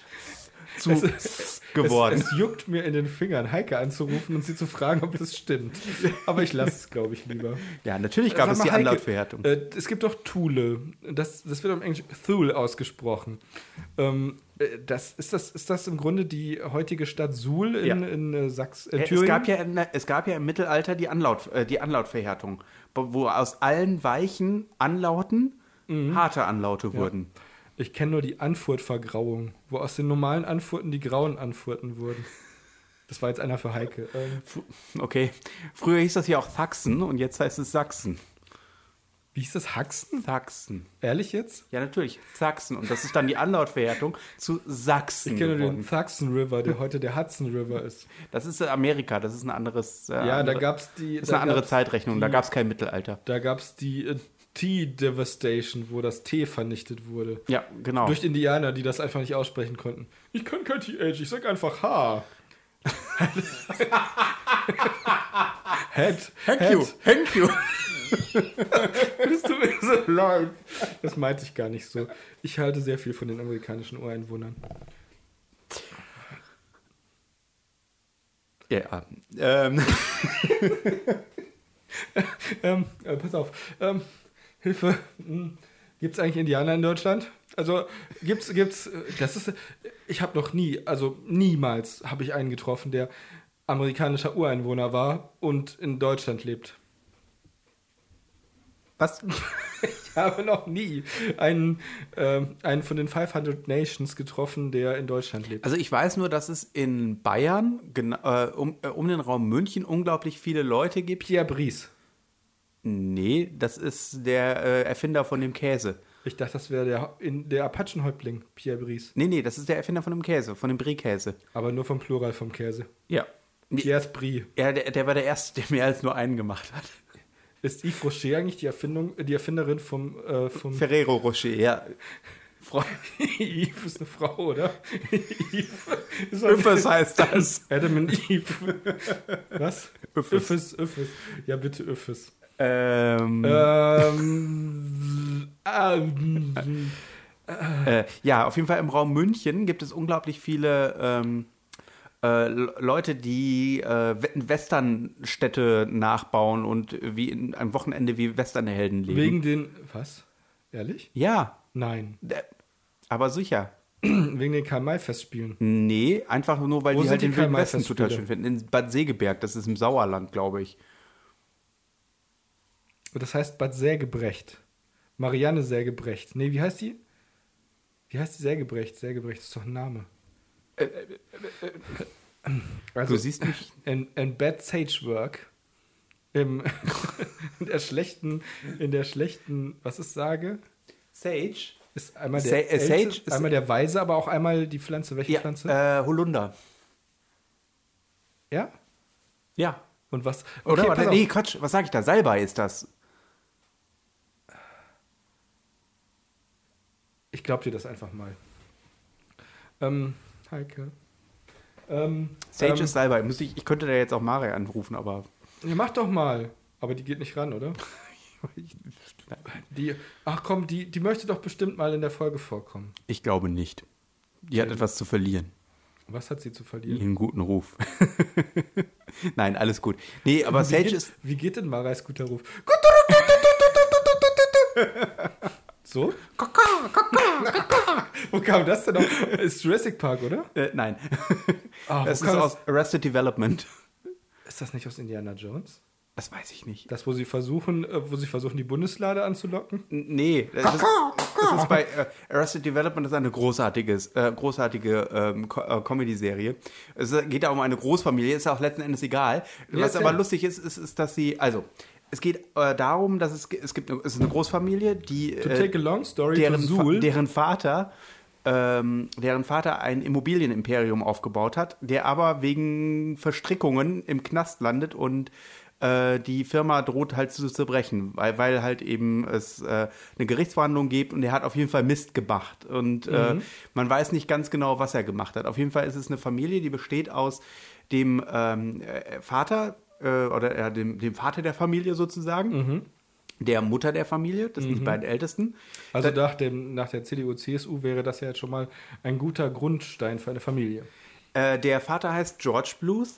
Speaker 2: zu S geworden.
Speaker 1: Es, es juckt mir in den Fingern, Heike anzurufen und sie zu fragen, ob das stimmt. Aber ich lasse es, glaube ich, lieber.
Speaker 2: ja, natürlich gab
Speaker 1: Sag
Speaker 2: es
Speaker 1: mal,
Speaker 2: die
Speaker 1: Heike,
Speaker 2: Anlautverhärtung.
Speaker 1: Äh, es gibt doch Thule. Das, das wird im Englisch Thule ausgesprochen. Ähm, äh, das, ist, das, ist das im Grunde die heutige Stadt Suhl in,
Speaker 2: Ja.
Speaker 1: in äh, Sachs, äh,
Speaker 2: Es
Speaker 1: Thüringen?
Speaker 2: gab, ja in, es gab ja im Mittelalter die, Anlaut, äh, die Anlautverhärtung, bo- wo aus allen weichen Anlauten
Speaker 1: Mhm.
Speaker 2: harte Anlaute wurden.
Speaker 1: ich kenne nur die Anfurt-Vergrauung, wo aus den normalen Anfurten die grauen Anfurten wurden. Das war jetzt einer für Heike. Ähm,
Speaker 2: F- Okay. Früher hieß das ja auch Sachsen und jetzt heißt es Sachsen.
Speaker 1: wie hieß das? Haxen?
Speaker 2: Sachsen.
Speaker 1: Ehrlich jetzt?
Speaker 2: Ja, natürlich. Sachsen. Und das ist dann die Anlautverhärtung zu Sachsen.
Speaker 1: Ich kenne nur den
Speaker 2: geworden.
Speaker 1: Saxon River, der heute der Hudson River ist.
Speaker 2: Das ist Amerika, das ist ein anderes. äh,
Speaker 1: Ja, da
Speaker 2: andere-
Speaker 1: gab es die.
Speaker 2: Das ist
Speaker 1: da
Speaker 2: eine andere
Speaker 1: gab's-
Speaker 2: Zeitrechnung, da gab es kein Mittelalter.
Speaker 1: Da gab es die äh, Tea Devastation, wo das Tee vernichtet wurde.
Speaker 2: Ja, genau.
Speaker 1: Durch Indianer, die das einfach nicht aussprechen konnten. Ich kann kein TH, ich sag einfach H. Head.
Speaker 2: Thank you, thank you.
Speaker 1: Bist du mir so leid? Das meinte ich gar nicht so. Ich halte sehr viel von den amerikanischen Ureinwohnern.
Speaker 2: Ja, ähm,
Speaker 1: Ähm, äh, pass auf. Ähm, Hilfe. Hm. Gibt es eigentlich Indianer in Deutschland? Also gibt's, gibt's, äh, das ist, äh, ich habe noch nie, also niemals habe ich einen getroffen, der amerikanischer Ureinwohner war und in Deutschland lebt.
Speaker 2: was?
Speaker 1: Ich habe noch nie einen, ähm, einen von den 500 Nations getroffen, der in Deutschland lebt.
Speaker 2: Also ich weiß nur, dass es in Bayern, gena- äh, um, äh, um den Raum München, unglaublich viele Leute gibt.
Speaker 1: Pierre Brice.
Speaker 2: Nee, das ist der äh, Erfinder von dem Käse.
Speaker 1: Ich dachte, das wäre der, in, der Apachenhäuptling, Pierre Brice.
Speaker 2: Nee, nee, das ist der Erfinder von dem Käse, von dem Brie-Käse.
Speaker 1: Aber nur vom Plural vom Käse.
Speaker 2: Ja.
Speaker 1: Pierre Brie.
Speaker 2: Ja, der, der war der Erste, der mehr als nur einen gemacht hat.
Speaker 1: Ist Yves Rocher eigentlich die, Erfindung, die Erfinderin vom, äh, vom
Speaker 2: Ferrero Rocher, ja. Frau
Speaker 1: Eve ist eine Frau, oder? Eve ist
Speaker 2: Üffes heißt das.
Speaker 1: Adam und Eve. Was?
Speaker 2: Üffes.
Speaker 1: Üffes, Üffes. Ja, bitte Üffes.
Speaker 2: Ähm,
Speaker 1: Ähm, ähm,
Speaker 2: Äh, ja, auf jeden Fall im Raum München gibt es unglaublich viele ähm, äh, Le- Leute, die äh, We- Westernstädte nachbauen und wie in, am Wochenende wie Westernhelden leben.
Speaker 1: wegen den. Was? Ehrlich?
Speaker 2: ja,
Speaker 1: Nein.
Speaker 2: d- aber sicher.
Speaker 1: Wegen den Karl-May-Festspielen.
Speaker 2: Nee, einfach nur, weil
Speaker 1: Wo
Speaker 2: die
Speaker 1: sind
Speaker 2: halt
Speaker 1: die
Speaker 2: den Wilden Westen
Speaker 1: Karl-May-Festspiele?
Speaker 2: total schön finden. In Bad Segeberg, das ist im Sauerland, glaube ich.
Speaker 1: Und das heißt Bad Sägebrecht. Marianne Sägebrecht. Nee, wie heißt die? Wie heißt die Sägebrecht? Sägebrecht ist doch ein Name. Also,
Speaker 2: Du siehst mich.
Speaker 1: in, in Bad Sage Work. Im, in der schlechten, in der schlechten, was ist Sage?
Speaker 2: Sage?
Speaker 1: Ist einmal der,
Speaker 2: Sa- äh,
Speaker 1: Elze,
Speaker 2: Sage
Speaker 1: ist
Speaker 2: ist-
Speaker 1: einmal der Weise, aber auch einmal die Pflanze. Welche
Speaker 2: Ja,
Speaker 1: Pflanze?
Speaker 2: äh, Holunder.
Speaker 1: ja?
Speaker 2: Ja.
Speaker 1: Und was?
Speaker 2: Oder?
Speaker 1: Okay,
Speaker 2: Warte,
Speaker 1: pass auf.
Speaker 2: nee, Quatsch, was sag ich da? Salbei ist das.
Speaker 1: Ich glaub dir das einfach mal. Ähm, Heike. Ähm,
Speaker 2: Sage
Speaker 1: ähm,
Speaker 2: ist Salbei. Muss ich, ich könnte da jetzt auch Mare anrufen, aber.
Speaker 1: Ja, mach doch mal. Aber die geht nicht ran, oder? Die, ach komm, die, die möchte doch bestimmt mal in der Folge vorkommen.
Speaker 2: Ich glaube nicht. Die hat etwas zu verlieren.
Speaker 1: Was hat sie zu verlieren?
Speaker 2: Ihren guten Ruf. Nein, alles gut. Nee, aber
Speaker 1: Wie
Speaker 2: Sage
Speaker 1: geht,
Speaker 2: ist.
Speaker 1: wie geht denn Marais guter Ruf? So? Wo kam das denn noch? Ist Jurassic Park, oder?
Speaker 2: Äh, nein.
Speaker 1: Ah, wo
Speaker 2: das ist
Speaker 1: kam
Speaker 2: aus Arrested Development.
Speaker 1: Ist das nicht aus Indiana Jones?
Speaker 2: Das weiß ich nicht.
Speaker 1: Das, wo sie versuchen, äh, wo sie versuchen, die Bundeslade anzulocken?
Speaker 2: N- Nee, das ist, das ist bei äh, Arrested Development das ist eine großartiges, äh, großartige ähm, Co äh, Comedy-Serie. Es geht da um eine Großfamilie, ist auch letzten Endes egal.
Speaker 1: Ja,
Speaker 2: Was
Speaker 1: erzähl.
Speaker 2: aber lustig ist, ist, ist dass sie, also, es geht äh, darum, dass es, es gibt, eine- es ist eine Großfamilie, die
Speaker 1: To
Speaker 2: äh,
Speaker 1: take a long story
Speaker 2: deren,
Speaker 1: to
Speaker 2: Fa
Speaker 1: Zool.
Speaker 2: deren Vater ähm, deren Vater ein Immobilienimperium aufgebaut hat, der aber wegen Verstrickungen im Knast landet und äh, die Firma droht halt zu zerbrechen, weil, weil halt eben es äh, eine Gerichtsverhandlung gibt und er hat auf jeden Fall Mist gemacht und äh,
Speaker 1: Mhm.
Speaker 2: man weiß nicht ganz genau, was er gemacht hat. Auf jeden Fall ist es eine Familie, die besteht aus dem ähm, äh, Vater äh, oder äh, dem, dem Vater der Familie sozusagen,
Speaker 1: Mhm.
Speaker 2: der Mutter der Familie, das sind die beiden Ältesten,
Speaker 1: Also nach, dem, nach der CDU, CSU wäre das ja jetzt schon mal ein guter Grundstein für eine Familie.
Speaker 2: Äh, der Vater heißt George Bluth.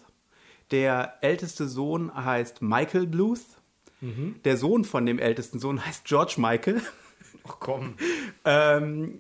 Speaker 2: Der älteste Sohn heißt Michael Bluth. Der Sohn von dem ältesten Sohn heißt George Michael.
Speaker 1: Ach komm.
Speaker 2: Ähm,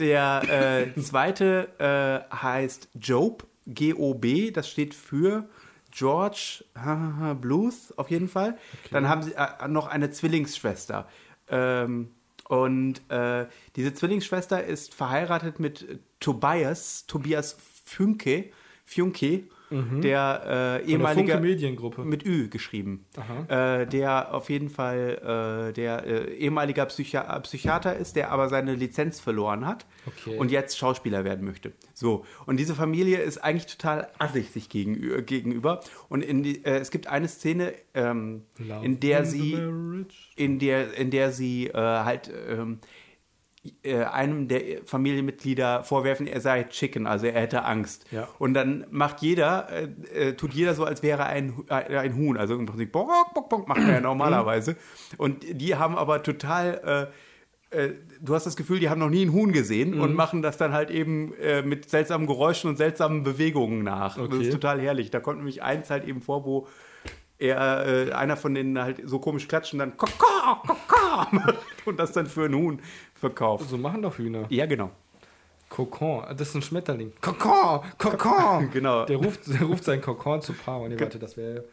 Speaker 2: der äh, zweite äh, heißt Job, G-O-B, das steht für George hahaha, Bluth auf jeden Fall. Dann haben sie äh, noch eine Zwillingsschwester. Ähm, und äh, diese Zwillingsschwester ist verheiratet mit äh, Tobias, Tobias Fünke, Fünke der äh,
Speaker 1: Mhm. Von der Funke
Speaker 2: ehemalige
Speaker 1: Mediengruppe.
Speaker 2: mit Ü geschrieben. Äh, der auf jeden Fall äh, der äh, ehemaliger Psychia Psychiater ist, der aber seine Lizenz verloren hat
Speaker 1: Okay.
Speaker 2: und jetzt Schauspieler werden möchte. So, und diese Familie ist eigentlich total assig sich gegenü- gegenüber. Und in die, äh, es gibt eine Szene, ähm,
Speaker 1: Love
Speaker 2: in der
Speaker 1: is a
Speaker 2: sie
Speaker 1: marriage.
Speaker 2: in der, in der sie äh, halt ähm, äh, einem der Familienmitglieder vorwerfen, er sei Chicken, also er hätte Angst.
Speaker 1: Ja.
Speaker 2: Und dann macht jeder, äh, äh, tut jeder so, als wäre er ein, Hu- äh, ein Huhn. Also im Prinzip, bock, bock, bock, macht er ja normalerweise. Und die haben aber total, äh, äh, du hast das Gefühl, die haben noch nie ein Huhn
Speaker 1: Mhm.
Speaker 2: gesehen und machen das dann halt eben äh, mit seltsamen Geräuschen und seltsamen Bewegungen nach. Das
Speaker 1: Okay.
Speaker 2: ist total herrlich. Da kommt nämlich eins halt eben vor, wo er, äh, einer von denen halt so komisch klatscht und dann Kaka, Kaka macht und das dann für einen Huhn verkauft.
Speaker 1: So machen doch Hühner.
Speaker 2: Ja, genau.
Speaker 1: Kokon, das ist ein Schmetterling. Kokon, Kokon.
Speaker 2: Genau.
Speaker 1: Der ruft, der ruft seinen Kokon zu Paaren. Nee, warte, das wäre.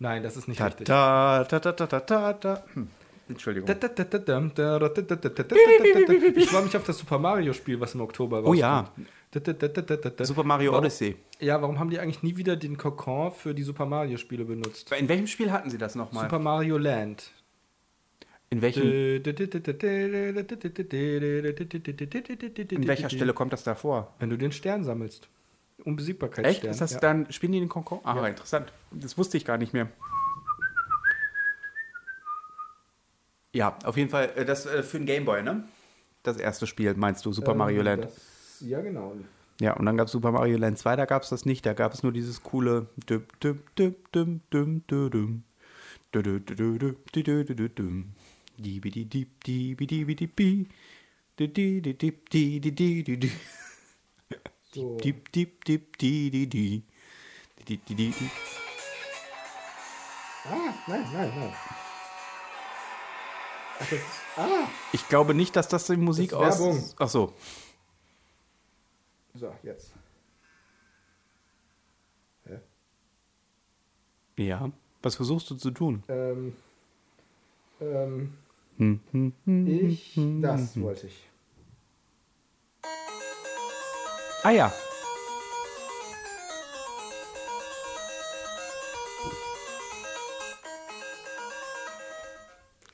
Speaker 1: Nein, das ist nicht richtig.
Speaker 2: Ta, ta, ta, ta, ta, ta, ta. Hm. Entschuldigung.
Speaker 1: Ich freue mich auf das Super Mario Spiel, was im Oktober rauskommt.
Speaker 2: ja. Super Mario
Speaker 1: Warum-
Speaker 2: Odyssey.
Speaker 1: Ja, warum haben die eigentlich nie wieder den Kokon für die Super Mario Spiele benutzt?
Speaker 2: In welchem Spiel hatten sie das nochmal?
Speaker 1: Super Äh, Mario Land.
Speaker 2: In, welchem, in
Speaker 1: In
Speaker 2: welcher Stelle kommt das da vor?
Speaker 1: Wenn du den Stern sammelst.
Speaker 2: Echt?
Speaker 1: Unbesiegbarkeitsstern.
Speaker 2: Ist das
Speaker 1: ja.
Speaker 2: dann, spielen die den Konkord? Ah, interessant. Das wusste ich gar nicht mehr. Ja, auf jeden Fall, äh, das äh, für den Gameboy, ne? Das erste Spiel, meinst du, Super Mario
Speaker 1: Ähm,
Speaker 2: Land?
Speaker 1: das- Ja, genau.
Speaker 2: Ja, und dann gab es Super Mario Land 2, da gab es das nicht. Da gab es nur dieses coole. Düm, düm, düm, düm, düm, düm, düm. Dü, dü, dü, dü, dü, dü, dü, dü, dü, düm. Dibi, di, dip, dibi, dibi, di, bi. Di, di, di, dip, di, di, di, di, di.
Speaker 1: So.
Speaker 2: Dip, dip, dip, di, di, di. Di, di, di, di, di.
Speaker 1: Ah, nein, nein, nein. Ach, das ist, ah,
Speaker 2: Ich glaube nicht, dass das die Musik
Speaker 1: Das ist Werbung.
Speaker 2: aus. Ach so.
Speaker 1: So, jetzt. Hä?
Speaker 2: Ja. Was versuchst du zu tun?
Speaker 1: Ähm, ähm,
Speaker 2: Hm, hm, hm.
Speaker 1: ich, das wollte ich.
Speaker 2: Ah ja.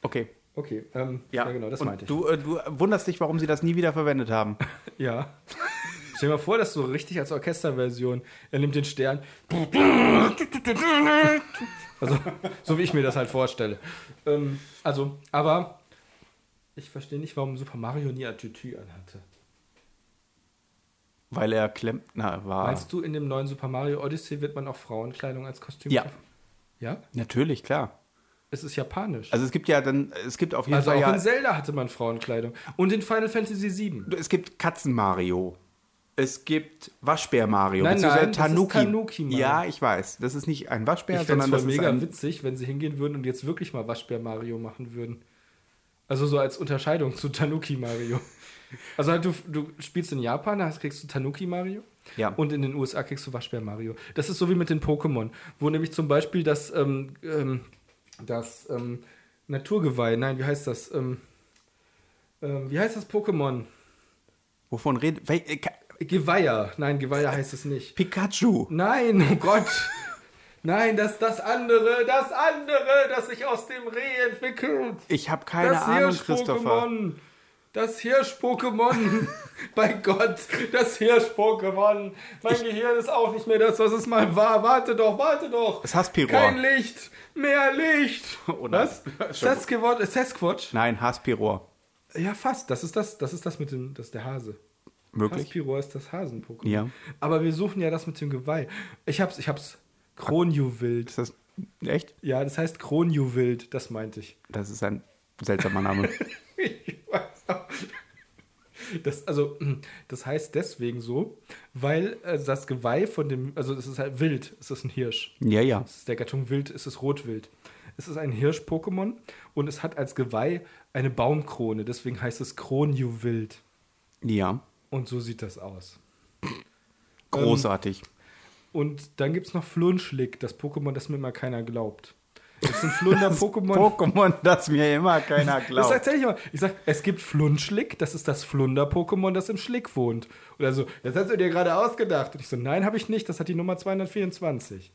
Speaker 2: Okay.
Speaker 1: Okay, ähm,
Speaker 2: Ja,
Speaker 1: ja genau, das
Speaker 2: Und
Speaker 1: meinte ich.
Speaker 2: Du, äh, du wunderst dich, warum sie das nie wieder verwendet haben.
Speaker 1: Ja. Stell dir mal vor, das so richtig als Orchesterversion. Er nimmt den Stern. Also, so wie ich mir das halt vorstelle. Ähm, also, aber ich verstehe nicht, warum Super Mario nie ein Tütü anhatte.
Speaker 2: Weil er Klempner war.
Speaker 1: Meinst du, in dem neuen Super Mario Odyssey wird man auch Frauenkleidung als Kostüm
Speaker 2: Ja.
Speaker 1: kaufen? Ja?
Speaker 2: Natürlich, klar.
Speaker 1: Es ist japanisch.
Speaker 2: Also es gibt ja dann, es gibt auf jeden
Speaker 1: Also,
Speaker 2: Fall
Speaker 1: auch
Speaker 2: ja,
Speaker 1: in Zelda hatte man Frauenkleidung. Und in Final Fantasy VII.
Speaker 2: es gibt Katzen-Mario. Es gibt Waschbär-Mario.
Speaker 1: Nein,
Speaker 2: beziehungsweise
Speaker 1: nein, das ist Tanuki-Mario.
Speaker 2: ja, ich weiß. Das ist nicht ein Waschbär,
Speaker 1: Ich fände
Speaker 2: sondern
Speaker 1: es
Speaker 2: das ist
Speaker 1: mega
Speaker 2: ein...
Speaker 1: witzig, wenn sie hingehen würden und jetzt wirklich mal Waschbär Mario machen würden. Also so als Unterscheidung zu Tanuki Mario. Also halt, du, du spielst in Japan, da kriegst du Tanuki Mario.
Speaker 2: Ja.
Speaker 1: Und in den USA kriegst du Waschbär Mario. Das ist so wie mit den Pokémon, wo nämlich zum Beispiel das, ähm, ähm, das ähm, Naturgeweih, nein, wie heißt das? Ähm, ähm, wie heißt das Pokémon?
Speaker 2: Wovon redet... Wel- äh, Ka-
Speaker 1: Geweiher. Nein, Geweiher heißt es nicht.
Speaker 2: Pikachu.
Speaker 1: Nein, oh Gott. Nein, das das andere, das andere, das sich aus dem Reh entwickelt.
Speaker 2: Ich habe keine
Speaker 1: Das
Speaker 2: Ahnung, Christopher.
Speaker 1: Hirsch-Pokémon. Das Hirsch-Pokémon. Bei Gott, das Hirsch-Pokémon. Mein Gehirn ist auch nicht mehr das, was es mal war. Warte doch, warte doch.
Speaker 2: Es hasst Piror.
Speaker 1: Kein Licht, mehr Licht.
Speaker 2: Oh nein.
Speaker 1: was? Sasquatch, äh, Sasquatch?
Speaker 2: Nein, Haspiror.
Speaker 1: Ja, fast. Das ist das, das ist das mit dem, das ist der Hase.
Speaker 2: Möglich?
Speaker 1: Haspiro ist das Hasen-Pokémon.
Speaker 2: Ja.
Speaker 1: Aber wir suchen ja das mit dem Geweih. Ich hab's, ich hab's. Kronjuwild.
Speaker 2: Ist das echt?
Speaker 1: Ja, das heißt Kronjuwild, das meinte ich.
Speaker 2: Das ist ein seltsamer Name.
Speaker 1: Ich weiß auch. Das, also, das heißt deswegen so, weil äh, das Geweih von dem, also es ist halt wild, es ist ein Hirsch.
Speaker 2: ja, ja.
Speaker 1: Es ist der Gattung Wild, es ist Rotwild. Es ist ein Hirsch-Pokémon und es hat als Geweih eine Baumkrone, deswegen heißt es Kronjuwild.
Speaker 2: Ja.
Speaker 1: Und so sieht das aus. Ähm,
Speaker 2: Großartig.
Speaker 1: Und dann gibt es noch Flunschlick, das Pokémon, das mir immer keiner glaubt. Das ist ein Flunder-Pokémon.
Speaker 2: Pokémon, das mir immer keiner
Speaker 1: Das
Speaker 2: glaubt.
Speaker 1: erzähl ich mal. Ich sag, es gibt Flunschlick, das ist das Flunder-Pokémon, das im Schlick wohnt. Oder so, das hast du dir gerade ausgedacht. Und ich so, nein, habe ich nicht, das hat die Nummer 224.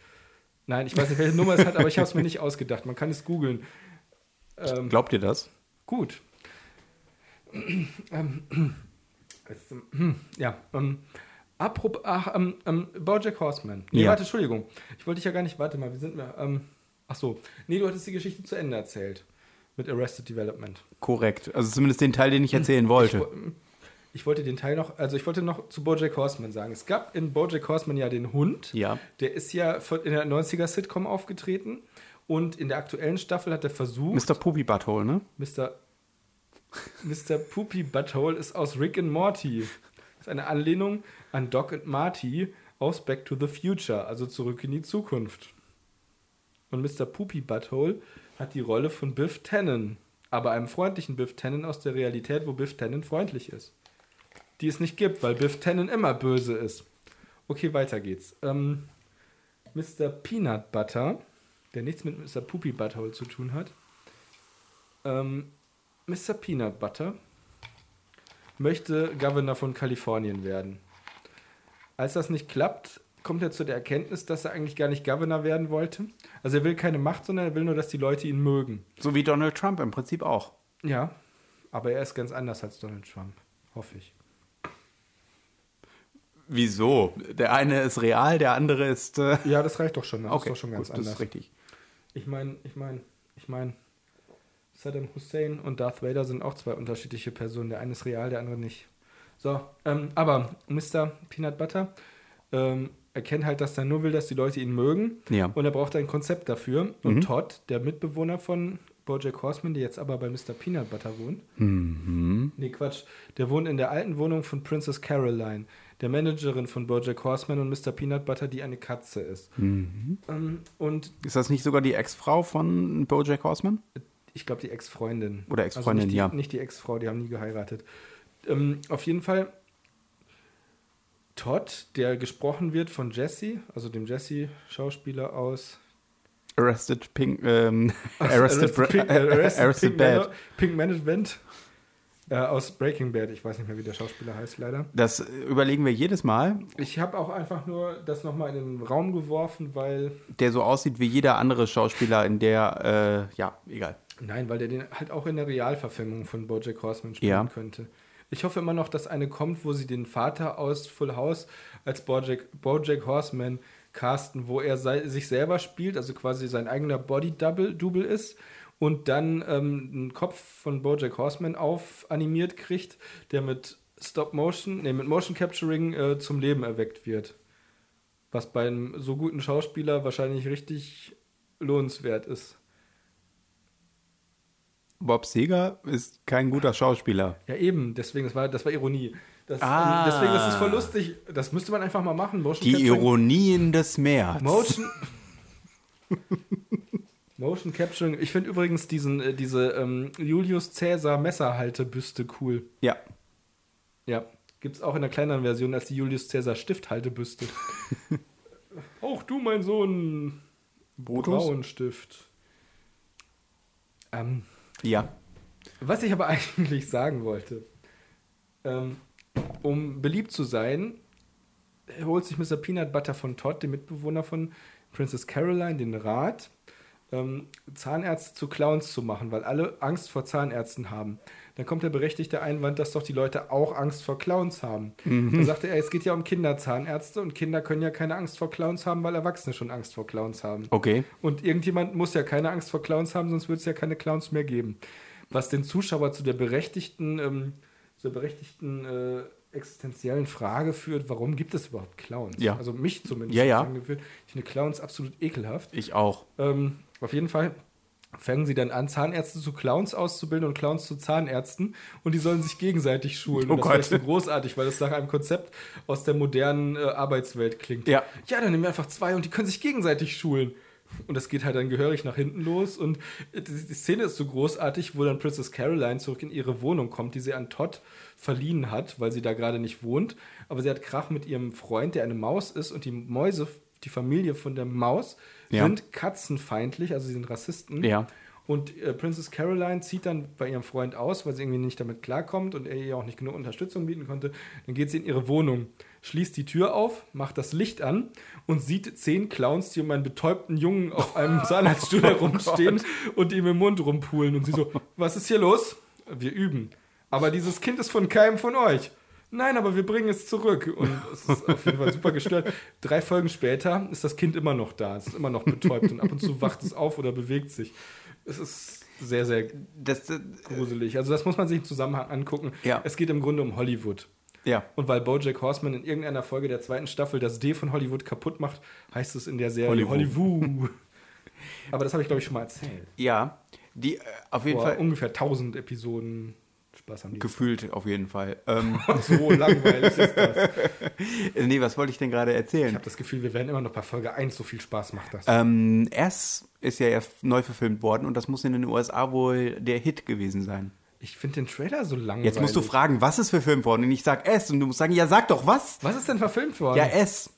Speaker 1: Nein, ich weiß nicht, welche Nummer es hat, aber ich habe es mir nicht ausgedacht. Man kann es googeln. Ähm.
Speaker 2: Glaubt ihr das?
Speaker 1: Gut. Jetzt, ähm, ja, ähm, apropos, ach, ähm, ähm, Bojack Horseman. Nee,
Speaker 2: Ja.
Speaker 1: warte, Entschuldigung. Ich wollte dich ja gar nicht, warte mal, wir sind mehr, ähm, ach so. Nee, du hattest die Geschichte zu Ende erzählt. Mit Arrested Development.
Speaker 2: Korrekt. Also zumindest den Teil, den ich erzählen
Speaker 1: Ich,
Speaker 2: wollte.
Speaker 1: wo- ich wollte den Teil noch, also ich wollte noch zu Bojack Horseman sagen. Es gab in Bojack Horseman ja den Hund.
Speaker 2: Ja.
Speaker 1: Der ist ja von- in der 90er-Sitcom aufgetreten. Und in der aktuellen Staffel hat er versucht,
Speaker 2: Mr. Poopy Butthole, ne?
Speaker 1: Mr. Mr. Poopy Butthole ist aus Rick and Morty. Ist eine Anlehnung an Doc and Marty aus Back to the Future, also zurück in die Zukunft. Und Mr. Poopy Butthole hat die Rolle von Biff Tannen, aber einem freundlichen Biff Tannen aus der Realität, wo Biff Tannen freundlich ist. Die es nicht gibt, weil Biff Tannen immer böse ist. Okay, weiter geht's. Ähm, Mr. Peanut Butter, der nichts mit Mr. Poopy Butthole zu tun hat, ähm, Mr. Peanut Butter möchte Governor von Kalifornien werden. Als das nicht klappt, kommt er zu der Erkenntnis, dass er eigentlich gar nicht Governor werden wollte. Also er will keine Macht, sondern er will nur, dass die Leute ihn mögen.
Speaker 2: So wie Donald Trump im Prinzip auch.
Speaker 1: Ja, aber er ist ganz anders als Donald Trump, hoffe ich.
Speaker 2: Wieso? Der eine ist real, der andere ist. Äh,
Speaker 1: Ja, das reicht doch schon. ne? Das
Speaker 2: okay,
Speaker 1: ist doch schon ganz
Speaker 2: gut, das
Speaker 1: anders.
Speaker 2: ist richtig.
Speaker 1: Ich meine, ich meine, ich meine, Saddam Hussein und Darth Vader sind auch zwei unterschiedliche Personen. Der eine ist real, der andere nicht. So, ähm, aber Mr. Peanut Butter ähm, erkennt halt, dass er nur will, dass die Leute ihn mögen.
Speaker 2: Ja.
Speaker 1: Und er braucht ein Konzept dafür. Und Todd, der Mitbewohner von Bojack Horseman, der jetzt aber bei Mr. Peanut Butter wohnt. Nee, Quatsch. Der wohnt in der alten Wohnung von Princess Caroline, der Managerin von Bojack Horseman und Mr. Peanut Butter, die eine Katze ist. Ähm, und
Speaker 2: Ist das nicht sogar die Ex-Frau von Bojack Horseman?
Speaker 1: ich glaube, die Ex-Freundin. Also
Speaker 2: Oder Ex-Freundin,
Speaker 1: nicht die,
Speaker 2: ja.
Speaker 1: Nicht die Ex-Frau, die haben nie geheiratet. Ähm, auf jeden Fall Todd, der gesprochen wird von Jesse, also dem Jesse-Schauspieler aus
Speaker 2: Arrested Pink, ähm,
Speaker 1: Aus
Speaker 2: Arrested, Bra-
Speaker 1: Pink-
Speaker 2: äh,
Speaker 1: Arrested
Speaker 2: Arrested
Speaker 1: Pink genau.
Speaker 2: Bad.
Speaker 1: Manor- Pink Management äh, aus Breaking Bad. Ich weiß nicht mehr, wie der Schauspieler heißt, leider.
Speaker 2: Das überlegen wir jedes Mal.
Speaker 1: Ich habe auch einfach nur das nochmal in den Raum geworfen, weil.
Speaker 2: Der so aussieht wie jeder andere Schauspieler in der, äh, ja, egal.
Speaker 1: Nein, weil der den halt auch in der Realverfilmung von Bojack Horseman spielen
Speaker 2: Ja.
Speaker 1: könnte. Ich hoffe immer noch, dass eine kommt, wo sie den Vater aus Full House als Bojack, Bojack Horseman casten, wo er sei, sich selber spielt, also quasi sein eigener Body-Double ist und dann ähm, einen Kopf von Bojack Horseman aufanimiert kriegt, der mit Stop-Motion, nee, mit Motion-Capturing äh, zum Leben erweckt wird. Was bei einem so guten Schauspieler wahrscheinlich richtig lohnenswert ist.
Speaker 2: Bob Seger ist kein guter Schauspieler.
Speaker 1: Ja, eben, deswegen, das war, das war Ironie. Das,
Speaker 2: Ah.
Speaker 1: ähm, Deswegen, das ist voll lustig. Das müsste man einfach mal machen. Motion
Speaker 2: Die
Speaker 1: Capturing.
Speaker 2: Ironien des Meers.
Speaker 1: Motion. Motion Capturing. Ich finde übrigens diesen, äh, diese ähm, Julius Caesar Messerhaltebüste cool.
Speaker 2: Ja.
Speaker 1: Ja. Gibt's auch in einer kleineren Version als die Julius Caesar Stifthaltebüste. auch du, mein Sohn. Brauenstift. Ähm,
Speaker 2: Ja.
Speaker 1: Was ich aber eigentlich sagen wollte, ähm, um beliebt zu sein, holt sich Mr. Peanut Butter von Todd, dem Mitbewohner von Princess Caroline, den Rat, ähm, Zahnärzte zu Clowns zu machen, weil alle Angst vor Zahnärzten haben. Dann kommt der berechtigte Einwand, dass doch die Leute auch Angst vor Clowns haben. Dann sagte er, es geht ja um Kinderzahnärzte und Kinder können ja keine Angst vor Clowns haben, weil Erwachsene schon Angst vor Clowns haben.
Speaker 2: Okay.
Speaker 1: Und irgendjemand muss ja keine Angst vor Clowns haben, sonst würde es ja keine Clowns mehr geben. Was den Zuschauer zu der berechtigten, ähm, zur berechtigten äh, existenziellen Frage führt, warum gibt es überhaupt Clowns?
Speaker 2: Ja.
Speaker 1: Also mich zumindest.
Speaker 2: Ja, ja.
Speaker 1: hat es angeführt. Ich finde Clowns absolut ekelhaft.
Speaker 2: Ich auch.
Speaker 1: Ähm, auf jeden Fall fangen sie dann an, Zahnärzte zu Clowns auszubilden und Clowns zu Zahnärzten und die sollen sich gegenseitig schulen.
Speaker 2: Oh
Speaker 1: und das
Speaker 2: Gott.
Speaker 1: finde ich so großartig, weil das nach einem Konzept aus der modernen äh, Arbeitswelt klingt.
Speaker 2: Ja.
Speaker 1: ja, dann nehmen wir einfach zwei und die können sich gegenseitig schulen. Und das geht halt dann gehörig nach hinten los. Und äh, die, die Szene ist so großartig, wo dann Princess Caroline zurück in ihre Wohnung kommt, die sie an Todd verliehen hat, weil sie da gerade nicht wohnt. Aber sie hat Krach mit ihrem Freund, der eine Maus ist. Und die Mäuse, die Familie von der Maus,
Speaker 2: Ja.
Speaker 1: sind katzenfeindlich, also sie sind Rassisten.
Speaker 2: Ja.
Speaker 1: Und äh, Princess Caroline zieht dann bei ihrem Freund aus, weil sie irgendwie nicht damit klarkommt und er ihr auch nicht genug Unterstützung bieten konnte. Dann geht sie in ihre Wohnung, schließt die Tür auf, macht das Licht an und sieht zehn Clowns, die um einen betäubten Jungen auf einem
Speaker 2: Oh
Speaker 1: Zahnarztstuhl herumstehen und ihm im Mund rumpulen. Und sie so, was ist hier los? Wir üben. Aber dieses Kind ist von keinem von euch. Nein, aber wir bringen es zurück. Und es ist auf jeden Fall super gestört. Drei Folgen später ist das Kind immer noch da. Es ist immer noch betäubt und ab und zu wacht es auf oder bewegt sich. Es ist sehr, sehr
Speaker 2: Das, äh,
Speaker 1: gruselig. Also das muss man sich im Zusammenhang angucken.
Speaker 2: Ja.
Speaker 1: Es geht im Grunde um Hollywood.
Speaker 2: ja.
Speaker 1: Und weil Bojack Horseman in irgendeiner Folge der zweiten Staffel das D von Hollywood kaputt macht, heißt es in der Serie
Speaker 2: Hollywood.
Speaker 1: Hollywood. aber das habe ich, glaube ich, schon mal erzählt.
Speaker 2: Ja. Die, äh, auf jeden
Speaker 1: Vor
Speaker 2: Fall.
Speaker 1: ungefähr 1000 Episoden Spaß am Leben.
Speaker 2: Gefühlt, auf jeden Fall. Ähm,
Speaker 1: So langweilig ist das.
Speaker 2: nee, was wollte ich denn gerade
Speaker 1: Ich
Speaker 2: erzählen?
Speaker 1: habe das Gefühl, wir werden immer noch bei Folge 1 so viel Spaß macht das.
Speaker 2: Ähm, S ist ja erst neu verfilmt worden und das muss in den USA wohl der Hit gewesen sein.
Speaker 1: Ich finde den Trailer so langweilig.
Speaker 2: Jetzt musst du fragen, was ist verfilmt worden? Und ich sag S und du musst sagen, ja, sag doch was?
Speaker 1: Was ist denn verfilmt worden?
Speaker 2: Ja, S.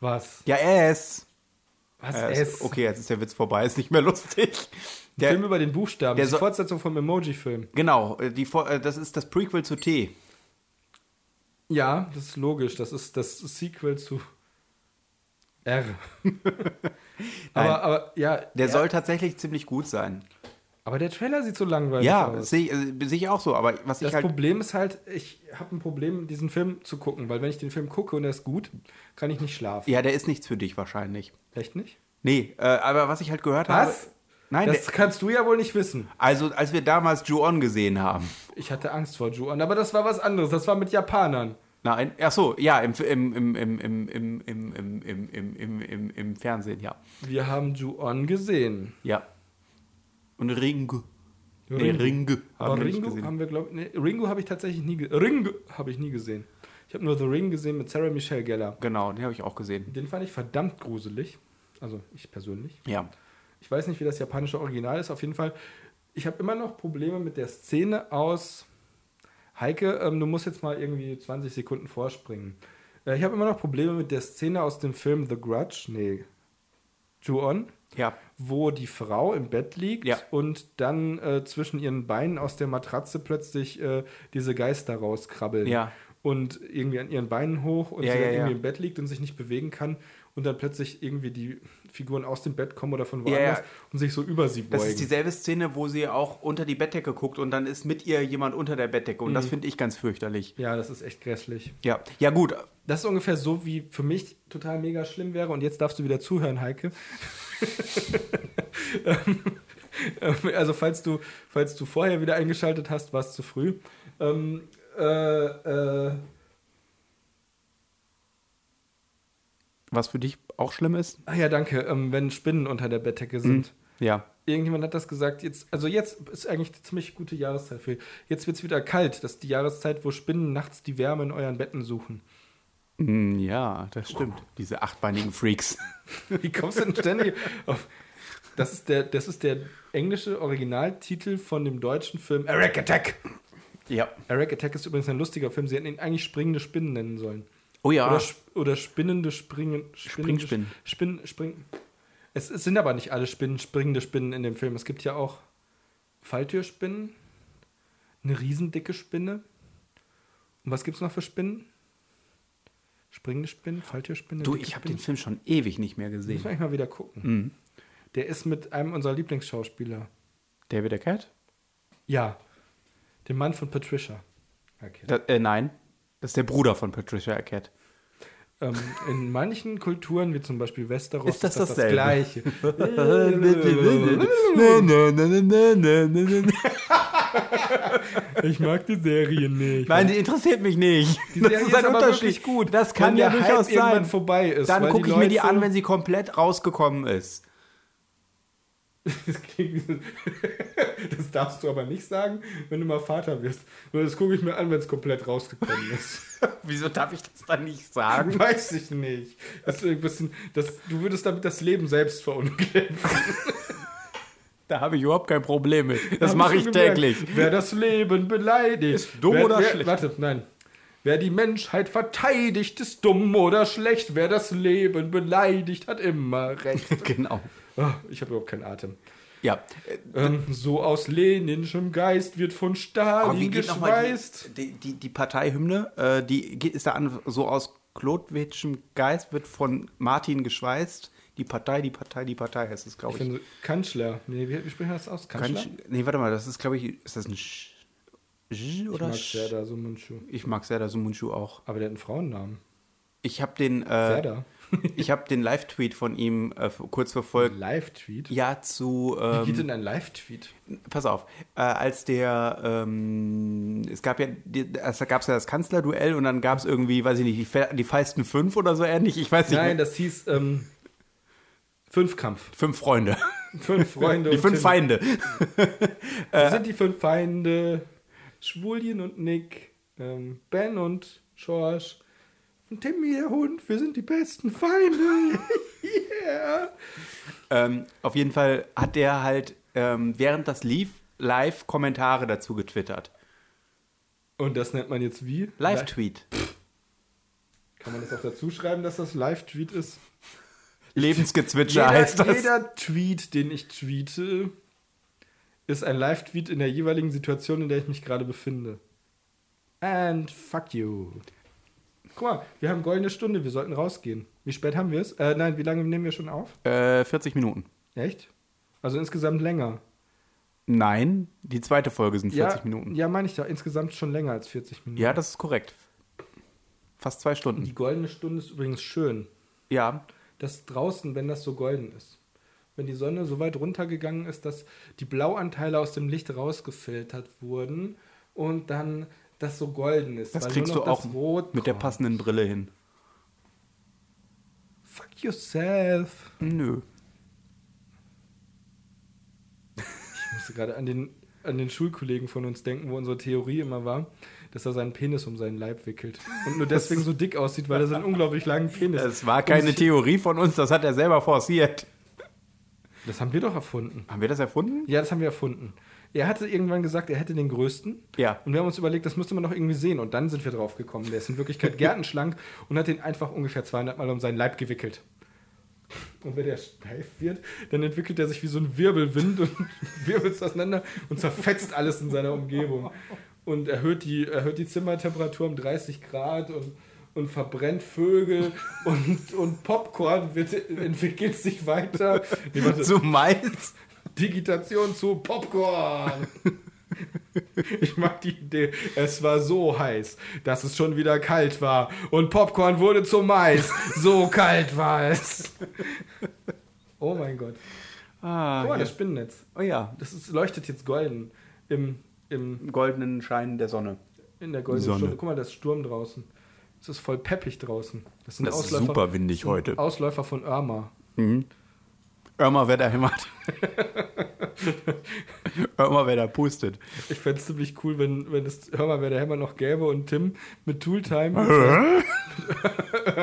Speaker 1: Was?
Speaker 2: Ja, S.
Speaker 1: Was
Speaker 2: Äh,
Speaker 1: ist?
Speaker 2: Okay, jetzt ist der Witz vorbei, ist nicht mehr lustig. Der,
Speaker 1: Film über den Buchstaben.
Speaker 2: der
Speaker 1: die
Speaker 2: so-
Speaker 1: Fortsetzung vom Emoji-Film.
Speaker 2: genau, äh, die, Vor- äh, das ist das Prequel zu T.
Speaker 1: Ja, das ist logisch. Das ist das Sequel zu R. aber, aber, ja.
Speaker 2: Der
Speaker 1: ja,
Speaker 2: soll tatsächlich ziemlich gut sein.
Speaker 1: aber der Trailer sieht so langweilig
Speaker 2: Ja,
Speaker 1: aus.
Speaker 2: sehe ich, äh, sehe ich auch so, aber was
Speaker 1: Das
Speaker 2: ich halt.
Speaker 1: Problem ist halt, ich habe ein Problem, diesen Film zu gucken, weil wenn ich den Film gucke und er ist gut, kann ich nicht schlafen.
Speaker 2: Ja, der ist nichts für dich wahrscheinlich.
Speaker 1: Echt nicht?
Speaker 2: Nee, äh, aber was ich halt gehört habe.
Speaker 1: Was?
Speaker 2: Nein,
Speaker 1: Das
Speaker 2: der,
Speaker 1: kannst du ja wohl nicht wissen.
Speaker 2: also als wir damals Ju-On gesehen haben.
Speaker 1: Ich hatte Angst vor Juan, aber das war was anderes. Das war mit Japanern.
Speaker 2: Nein, ach so, ja, im, im, im, im, im, im, im, im, im, im, im, im, im Fernsehen, ja.
Speaker 1: Wir haben Juan gesehen.
Speaker 2: Ja. Und Ringo. Nee, Ringo.
Speaker 1: Aber
Speaker 2: Haben wir nicht
Speaker 1: Ringo
Speaker 2: gesehen.
Speaker 1: haben wir, glaube ich, nee, Ringo habe ich tatsächlich nie gesehen. Ringo habe ich nie gesehen. Ich habe nur The Ring gesehen mit Sarah Michelle Geller.
Speaker 2: Genau, den habe ich auch gesehen.
Speaker 1: Den fand ich verdammt gruselig. Also ich persönlich.
Speaker 2: Ja.
Speaker 1: Ich weiß nicht, wie das japanische Original ist. Auf jeden Fall, ich habe immer noch Probleme mit der Szene aus Heike, ähm, du musst jetzt mal irgendwie 20 Sekunden vorspringen. Äh, ich habe immer noch Probleme mit der Szene aus dem Film The Grudge, nee, Ju-On,
Speaker 2: Ja.
Speaker 1: wo die Frau im Bett liegt
Speaker 2: Ja.
Speaker 1: und dann äh, zwischen ihren Beinen aus der Matratze plötzlich äh, diese Geister rauskrabbeln.
Speaker 2: Ja.
Speaker 1: Und irgendwie an ihren Beinen hoch und
Speaker 2: Ja,
Speaker 1: sie dann
Speaker 2: ja,
Speaker 1: irgendwie
Speaker 2: ja.
Speaker 1: im Bett liegt und sich nicht bewegen kann und dann plötzlich irgendwie die Figuren aus dem Bett kommen oder von
Speaker 2: Ja, ja.
Speaker 1: woanders und sich so über sie beugen.
Speaker 2: Das ist dieselbe Szene, wo sie auch unter die Bettdecke guckt und dann ist mit ihr jemand unter der Bettdecke. Und das finde ich ganz fürchterlich.
Speaker 1: ja, das ist echt grässlich.
Speaker 2: Ja, ja gut.
Speaker 1: Das ist ungefähr so, wie für mich total mega schlimm wäre. Und jetzt darfst du wieder zuhören, Heike. Ähm, ähm, also, falls du, falls du vorher wieder eingeschaltet hast, war es zu früh. Ähm, äh, äh,
Speaker 2: Was für dich auch schlimm ist?
Speaker 1: ach ja, danke. Ähm, wenn Spinnen unter der Bettdecke sind.
Speaker 2: Ja.
Speaker 1: Irgendjemand hat das gesagt, jetzt, also jetzt ist eigentlich eine ziemlich gute Jahreszeit für. Jetzt wird es wieder kalt. Das ist die Jahreszeit, wo Spinnen nachts die Wärme in euren Betten suchen.
Speaker 2: Hm, Ja, das stimmt. Diese achtbeinigen Freaks.
Speaker 1: Wie kommst du denn ständig auf. Das ist der, das ist der englische Originaltitel von dem deutschen Film Eric Attack.
Speaker 2: Ja.
Speaker 1: Eric Attack ist übrigens ein lustiger Film. Sie hätten ihn eigentlich springende Spinnen nennen sollen.
Speaker 2: Oh ja.
Speaker 1: Oder, sp- oder spinnende Springen. Springende,
Speaker 2: Springspinnen.
Speaker 1: Spinnen, Spring. Es, es sind aber nicht alle Spinnen, springende Spinnen in dem Film. Es gibt ja auch Falltürspinnen, eine riesendicke Spinne. Und was gibt es noch für Spinnen? Springende Spinnen, Falltürspinnen.
Speaker 2: du,
Speaker 1: dicke
Speaker 2: ich habe
Speaker 1: Spinnen?
Speaker 2: den Film schon ewig nicht mehr
Speaker 1: Muss
Speaker 2: gesehen.
Speaker 1: man eigentlich mal wieder gucken.
Speaker 2: Mhm.
Speaker 1: Der ist mit einem unserer Lieblingsschauspieler.
Speaker 2: David Arquette?
Speaker 1: Ja. Dem Mann von Patricia. Okay.
Speaker 2: Da, äh, nein. Das ist der Bruder von Patricia Arquette.
Speaker 1: Ähm, in manchen Kulturen, wie zum Beispiel Westeros,
Speaker 2: Ist das dasselbe?
Speaker 1: Gleiche.
Speaker 2: Nein,
Speaker 1: ich mag die Serie nicht.
Speaker 2: die interessiert mich nicht.
Speaker 1: die Serie ist, aber wirklich gut.
Speaker 2: Das kann
Speaker 1: wenn
Speaker 2: ja
Speaker 1: der
Speaker 2: durchaus
Speaker 1: Hype irgendwann
Speaker 2: sein.
Speaker 1: vorbei ist.
Speaker 2: Dann
Speaker 1: weil
Speaker 2: gucke ich mir die
Speaker 1: Leute-
Speaker 2: an, wenn sie komplett rausgekommen ist.
Speaker 1: Das, klingt- das darfst du aber nicht sagen, wenn du mal Vater wirst. Nur das gucke ich mir an, wenn es komplett rausgekommen ist.
Speaker 2: Wieso darf ich das dann nicht sagen?
Speaker 1: Weiß ich nicht. Das ist ein bisschen, das, du würdest damit das Leben selbst verunglimpfen.
Speaker 2: Da habe ich überhaupt kein Problem mit. Das
Speaker 1: Hab
Speaker 2: mache ich
Speaker 1: schon gemerkt.
Speaker 2: täglich.
Speaker 1: Wer das Leben beleidigt.
Speaker 2: Ist dumm
Speaker 1: wer,
Speaker 2: oder
Speaker 1: wer,
Speaker 2: schlecht?
Speaker 1: Warte, nein. Wer die Menschheit verteidigt, ist dumm oder schlecht. Wer das Leben beleidigt, hat immer recht.
Speaker 2: Genau.
Speaker 1: Ah, ich habe überhaupt keinen Atem.
Speaker 2: Ja.
Speaker 1: Ähm, so aus leninischem Geist wird von
Speaker 2: Aber wie
Speaker 1: Stalin
Speaker 2: geht nochmal
Speaker 1: geschweißt.
Speaker 2: die, die, die Parteihymne? Äh, die geht, ist da an, so aus Klodwitschem Geist, wird von Martin geschweißt. Die Partei, die Partei, die Partei heißt es, glaube
Speaker 1: Ich
Speaker 2: ich.
Speaker 1: bin Kanzler. Nee, wie, wie sprechen wir das aus? Kanzler?
Speaker 2: Ganz, nee, warte mal, das ist, glaube ich, ist das ein Sch, Sch
Speaker 1: Ich
Speaker 2: oder
Speaker 1: mag
Speaker 2: Sch?
Speaker 1: Serda Sumunchu.
Speaker 2: Ich mag Serda Sumunchu auch.
Speaker 1: Aber der hat einen Frauennamen.
Speaker 2: Ich habe den, äh,
Speaker 1: Serda.
Speaker 2: ich habe den Live-Tweet von ihm äh, kurz
Speaker 1: Mhm.
Speaker 2: verfolgt.
Speaker 1: Live-Tweet.
Speaker 2: Ja, zu
Speaker 1: Wie geht
Speaker 2: ähm,
Speaker 1: denn ein Live-Tweet?
Speaker 2: Pass auf, äh, als der, ähm, es gab ja, die, also gab's ja das Kanzlerduell und dann gab es irgendwie, weiß ich nicht, die, Fe die feisten fünf oder so ähnlich, ich weiß nicht.
Speaker 1: Nein,
Speaker 2: mehr.
Speaker 1: das hieß ähm, Fünfkampf.
Speaker 2: fünf Freunde.
Speaker 1: Fünf Freunde.
Speaker 2: die
Speaker 1: und
Speaker 2: fünf
Speaker 1: Tim.
Speaker 2: Feinde.
Speaker 1: Das sind die fünf Feinde. Schwulien und Nick, ähm, Ben und George und Timmy der Hund. Wir sind die besten Feinde. yeah.
Speaker 2: Ähm, auf jeden Fall hat der halt, ähm, während das lief, live Kommentare dazu getwittert.
Speaker 1: Und das nennt man jetzt wie?
Speaker 2: Live-Tweet.
Speaker 1: Kann man das auch dazu schreiben, dass das Live-Tweet ist?
Speaker 2: Lebensgezwitscher
Speaker 1: Jeder,
Speaker 2: heißt das.
Speaker 1: jeder Tweet, den ich tweete, ist ein Live-Tweet in der jeweiligen Situation, in der ich mich gerade befinde. And fuck you. Guck mal, wir haben goldene Stunde, wir sollten rausgehen. Wie spät haben wir es? Äh, nein, wie lange nehmen wir schon auf?
Speaker 2: Äh, 40 Minuten.
Speaker 1: Echt? Also insgesamt länger.
Speaker 2: Nein, die zweite Folge sind 40
Speaker 1: ja,
Speaker 2: Minuten.
Speaker 1: Ja, meine ich doch. Insgesamt schon länger als 40 Minuten.
Speaker 2: Ja, das ist korrekt. Fast zwei Stunden.
Speaker 1: Die goldene Stunde ist übrigens schön.
Speaker 2: Ja,
Speaker 1: dass draußen, wenn das so golden ist, wenn die Sonne so weit runtergegangen ist, dass die Blauanteile aus dem Licht rausgefiltert wurden und dann das so golden ist.
Speaker 2: das
Speaker 1: weil nur
Speaker 2: kriegst
Speaker 1: noch
Speaker 2: du auch
Speaker 1: das Rot
Speaker 2: mit der
Speaker 1: kommt.
Speaker 2: passenden Brille hin.
Speaker 1: Fuck yourself.
Speaker 2: Nö.
Speaker 1: Ich musste gerade an den, an den Schulkollegen von uns denken, wo unsere Theorie immer war, dass er seinen Penis um seinen Leib wickelt. Und nur deswegen so dick aussieht, weil er so einen unglaublich langen Penis
Speaker 2: Es war
Speaker 1: um
Speaker 2: keine
Speaker 1: sich-
Speaker 2: Theorie von uns, das hat er selber forciert.
Speaker 1: Das haben wir doch erfunden.
Speaker 2: Haben wir das erfunden?
Speaker 1: Ja, das haben wir erfunden. er hatte irgendwann gesagt, er hätte den größten.
Speaker 2: Ja.
Speaker 1: Und wir haben uns überlegt, das müsste man doch irgendwie sehen. Und dann sind wir drauf gekommen. Der ist in Wirklichkeit gärtenschlank und hat den einfach ungefähr 200 Mal um seinen Leib gewickelt. Und wenn der steif wird, dann entwickelt er sich wie so ein Wirbelwind und wirbelt es auseinander und zerfetzt alles in seiner Umgebung. Und erhöht die, erhöht die Zimmertemperatur um 30 Grad und, und verbrennt Vögel und, und Popcorn wird, entwickelt sich weiter. Nee, warte.
Speaker 2: Zu Mais?
Speaker 1: Digitation zu Popcorn. Ich mag die Idee. Es war so heiß, dass es schon wieder kalt war. Und Popcorn wurde zu Mais. So kalt war es. Oh mein Gott.
Speaker 2: Ah,
Speaker 1: Guck mal,
Speaker 2: ja.
Speaker 1: das Spinnennetz.
Speaker 2: Oh ja,
Speaker 1: Das ist, leuchtet jetzt golden. Im, im,
Speaker 2: im goldenen Schein der Sonne.
Speaker 1: in der goldenen
Speaker 2: Sonne.
Speaker 1: Stunde. Guck mal, das ist Sturm draußen. Es ist voll peppig draußen. Das sind
Speaker 2: Das ist
Speaker 1: Ausläufer,
Speaker 2: super windig heute.
Speaker 1: Ausläufer von Irma.
Speaker 2: Irma, wer da hämmert. Irma, wer da pustet.
Speaker 1: Ich fände es ziemlich cool, wenn, wenn es Hör mal, wer der Hämmer noch gäbe und Tim mit Tooltime Hör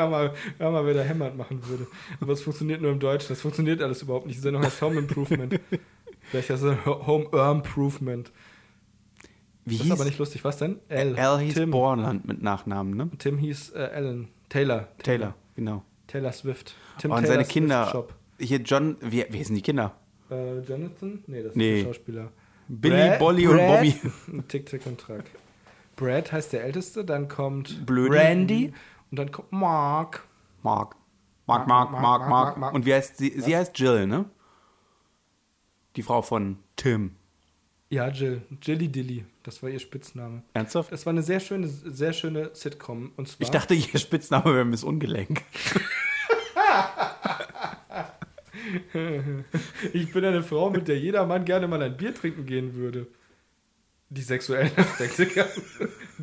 Speaker 1: mal, hör mal, wer der hämmert machen würde. Aber es funktioniert nur im Deutschen. Das funktioniert alles überhaupt nicht. Die Sendung heißt Home Improvement. Vielleicht heißt es Home Improvement.
Speaker 2: Wie
Speaker 1: Das ist aber nicht lustig. Was denn? L.
Speaker 2: Al hieß
Speaker 1: Tim.
Speaker 2: Borland mit Nachnamen, ne?
Speaker 1: Tim hieß äh, Alan. Taylor.
Speaker 2: Taylor, genau.
Speaker 1: Taylor Swift. Tim
Speaker 2: Oh, und
Speaker 1: Taylor
Speaker 2: seine
Speaker 1: Swift
Speaker 2: Kinder.
Speaker 1: Shop.
Speaker 2: Hier John, wie, wie heißen die Kinder?
Speaker 1: Äh, Jonathan? Nee, das ist
Speaker 2: Nee.
Speaker 1: der Schauspieler.
Speaker 2: Billy,
Speaker 1: Brad-
Speaker 2: Bolly
Speaker 1: Brad?
Speaker 2: und Bobby.
Speaker 1: Tick, Tick und Track. Brad heißt der Älteste, dann kommt
Speaker 2: Blödi.
Speaker 1: Randy und dann kommt Mark.
Speaker 2: Mark. Mark, Mark, Mark, Mark.
Speaker 1: Mark, Mark.
Speaker 2: Und wie heißt sie? Sie heißt Jill, ne? Die Frau von Tim.
Speaker 1: Ja, Jill. Jilly Dilly. Das war ihr Spitzname.
Speaker 2: Ernsthaft?
Speaker 1: Das war eine sehr schöne, sehr schöne Sitcom. Und zwar,
Speaker 2: Ich dachte, ihr Spitzname wäre Miss Ungelenk.
Speaker 1: ich bin eine Frau, mit der jeder Mann gerne mal ein Bier trinken gehen würde. Die sexuellen Aspekte ganz,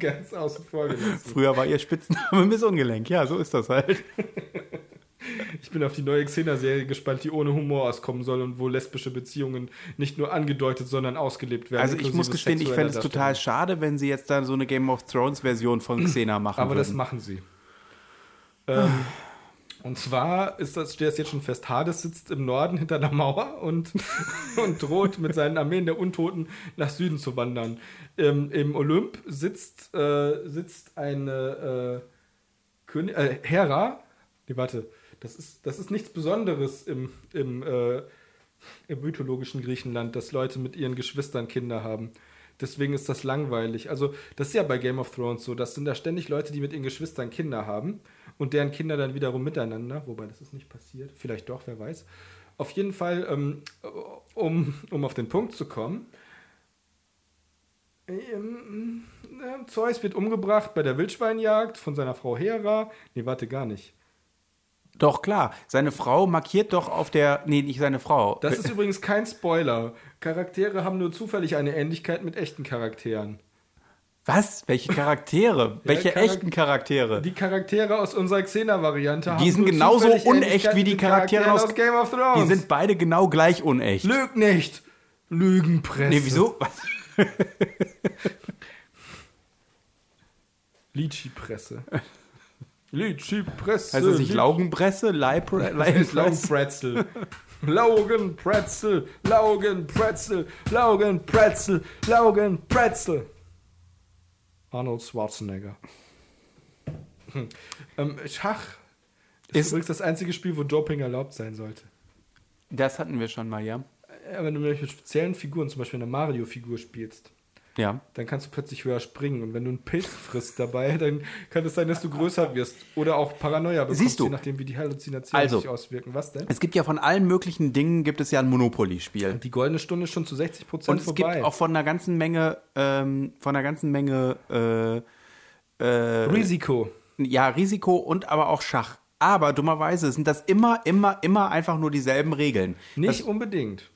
Speaker 1: ganz außen vor gelassen.
Speaker 2: Früher war ihr Spitzname Miss Ungelenk. Ja, so ist das halt.
Speaker 1: Ich bin auf die neue Xena-Serie gespannt, die ohne Humor auskommen soll und wo lesbische Beziehungen nicht nur angedeutet, sondern ausgelebt werden.
Speaker 2: Also ich muss
Speaker 1: inklusive
Speaker 2: gestehen, ich
Speaker 1: sexueller
Speaker 2: fände es total schade, wenn sie jetzt dann so eine Game of Thrones Version von Xena machen
Speaker 1: Aber das
Speaker 2: würden.
Speaker 1: machen sie. ähm, und zwar ist das, steht das jetzt schon fest, Hades sitzt im Norden hinter einer Mauer und, und droht mit seinen Armeen der Untoten nach Süden zu wandern. Ähm, Im Olymp sitzt, äh, sitzt eine äh, König, äh, Hera. Nee, warte, das ist, das ist nichts Besonderes im, im, äh, im mythologischen Griechenland, dass Leute mit ihren Geschwistern Kinder haben. Deswegen ist das langweilig. Also, das ist ja bei Game of Thrones so. Das sind da ständig Leute, die mit ihren Geschwistern Kinder haben und deren Kinder dann wiederum miteinander, wobei das ist nicht passiert. Vielleicht doch, wer weiß. Auf jeden Fall, ähm, um, um auf den Punkt zu kommen, ähm, äh, Zeus wird umgebracht bei der Wildschweinjagd von seiner Frau Hera. Nee, warte, gar nicht.
Speaker 2: Doch klar, seine Frau markiert doch auf der nee, nicht seine Frau.
Speaker 1: Das ist übrigens kein Spoiler. Charaktere haben nur zufällig eine Ähnlichkeit mit echten Charakteren.
Speaker 2: Was? Welche Charaktere? Welche
Speaker 1: Charak-
Speaker 2: echten Charaktere?
Speaker 1: Die Charaktere aus unserer Xena-Variante
Speaker 2: Die sind
Speaker 1: nur
Speaker 2: genauso
Speaker 1: zufällig
Speaker 2: unecht
Speaker 1: Ähnlichkeiten
Speaker 2: wie die
Speaker 1: mit
Speaker 2: Charaktere
Speaker 1: Charakteren
Speaker 2: aus-
Speaker 1: aus Game of
Speaker 2: Die
Speaker 1: Thrones.
Speaker 2: sind beide genau gleich unecht.
Speaker 1: Lüg nicht! Lügenpresse.
Speaker 2: nee, wieso? Was?
Speaker 1: Lychee-Presse. Lychee-Presse.
Speaker 2: Heißt das nicht Also, Laugenpresse? Leipre
Speaker 1: Das heißt
Speaker 2: Leipre-
Speaker 1: Laugenbrezel. Laugenbrezel. Laugenbrezel. Laugenbrezel. Laugenbrezel. Arnold Schwarzenegger. Hm. Ähm, Schach ist,
Speaker 2: Ist-
Speaker 1: übrigens das einzige Spiel, wo Doping erlaubt sein sollte.
Speaker 2: Das hatten wir schon mal, ja.
Speaker 1: Äh, Wenn du nämlich mit speziellen Figuren, zum Beispiel eine Mario-Figur spielst,
Speaker 2: Ja.
Speaker 1: dann kannst du plötzlich höher springen. Und wenn du einen Pilz frisst dabei, dann kann es sein, dass du größer wirst. Oder auch Paranoia bekommst,
Speaker 2: Siehst du.
Speaker 1: je nachdem, wie die Halluzinationen
Speaker 2: Also.
Speaker 1: sich auswirken. Was denn?
Speaker 2: Es gibt ja von allen möglichen Dingen gibt es ja ein Monopoly-Spiel.
Speaker 1: Die goldene Stunde ist schon zu 60
Speaker 2: Und
Speaker 1: Prozent
Speaker 2: es
Speaker 1: vorbei.
Speaker 2: gibt auch von einer ganzen Menge, ähm, von einer ganzen Menge, äh, äh,
Speaker 1: Risiko.
Speaker 2: ja, Risiko und aber auch Schach. Aber dummerweise sind das immer, immer, immer einfach nur dieselben Regeln.
Speaker 1: Nicht
Speaker 2: Das,
Speaker 1: unbedingt.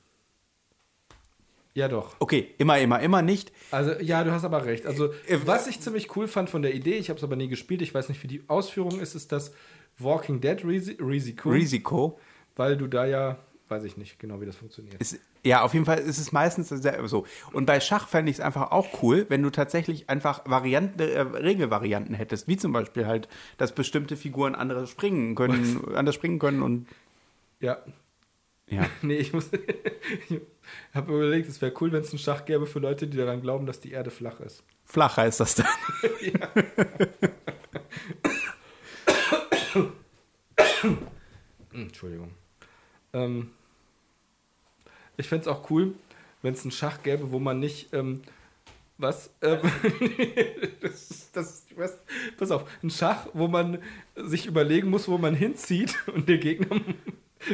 Speaker 1: Ja, doch.
Speaker 2: okay, immer, immer, immer nicht.
Speaker 1: Also, ja, du hast aber recht. Also,
Speaker 2: Äh,
Speaker 1: was ich ziemlich cool fand von der Idee, ich habe es aber nie gespielt, ich weiß nicht, wie die Ausführung ist, ist das Walking Dead Risi- Risiko,
Speaker 2: Risiko.
Speaker 1: weil du da ja, weiß ich nicht genau, wie das funktioniert.
Speaker 2: Ist, ja, auf jeden Fall ist es meistens sehr- so. Und bei Schach fände ich es einfach auch cool, wenn du tatsächlich einfach Varianten, äh, Regelvarianten hättest, wie zum Beispiel halt, dass bestimmte Figuren andere springen können, anders springen können und
Speaker 1: Ja.
Speaker 2: Ja.
Speaker 1: Nee, ich muss. ich habe überlegt, es wäre cool, wenn es einen Schach gäbe für Leute, die daran glauben, dass die Erde flach ist.
Speaker 2: Flach heißt das dann.
Speaker 1: Hm, Entschuldigung. Ähm, ich fände es auch cool, wenn es einen Schach gäbe, wo man nicht. Ähm, was? Ähm, das, ist- das, was? Pass auf, ein Schach, wo man sich überlegen muss, wo man hinzieht und der Gegner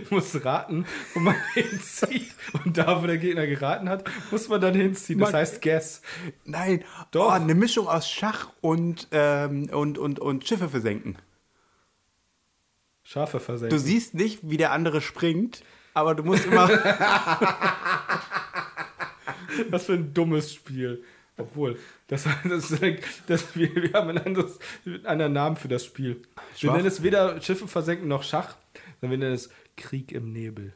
Speaker 1: muss raten, wo man hinzieht. Und da, wo der Gegner geraten hat, muss man dann hinziehen. Das
Speaker 2: Man-
Speaker 1: heißt Guess.
Speaker 2: Nein,
Speaker 1: Doch.
Speaker 2: doch. Oh, eine Mischung aus Schach und, ähm, und, und, und Schiffe versenken.
Speaker 1: Schafe versenken.
Speaker 2: Du siehst nicht, wie der andere springt, aber du musst immer.
Speaker 1: Was für ein dummes Spiel. Obwohl, das, das, das, wir, wir haben ein anderes, einen anderen Namen für das Spiel. Wir
Speaker 2: Schwach.
Speaker 1: nennen es weder Schiffe versenken noch Schach, sondern wir nennen es Krieg im Nebel.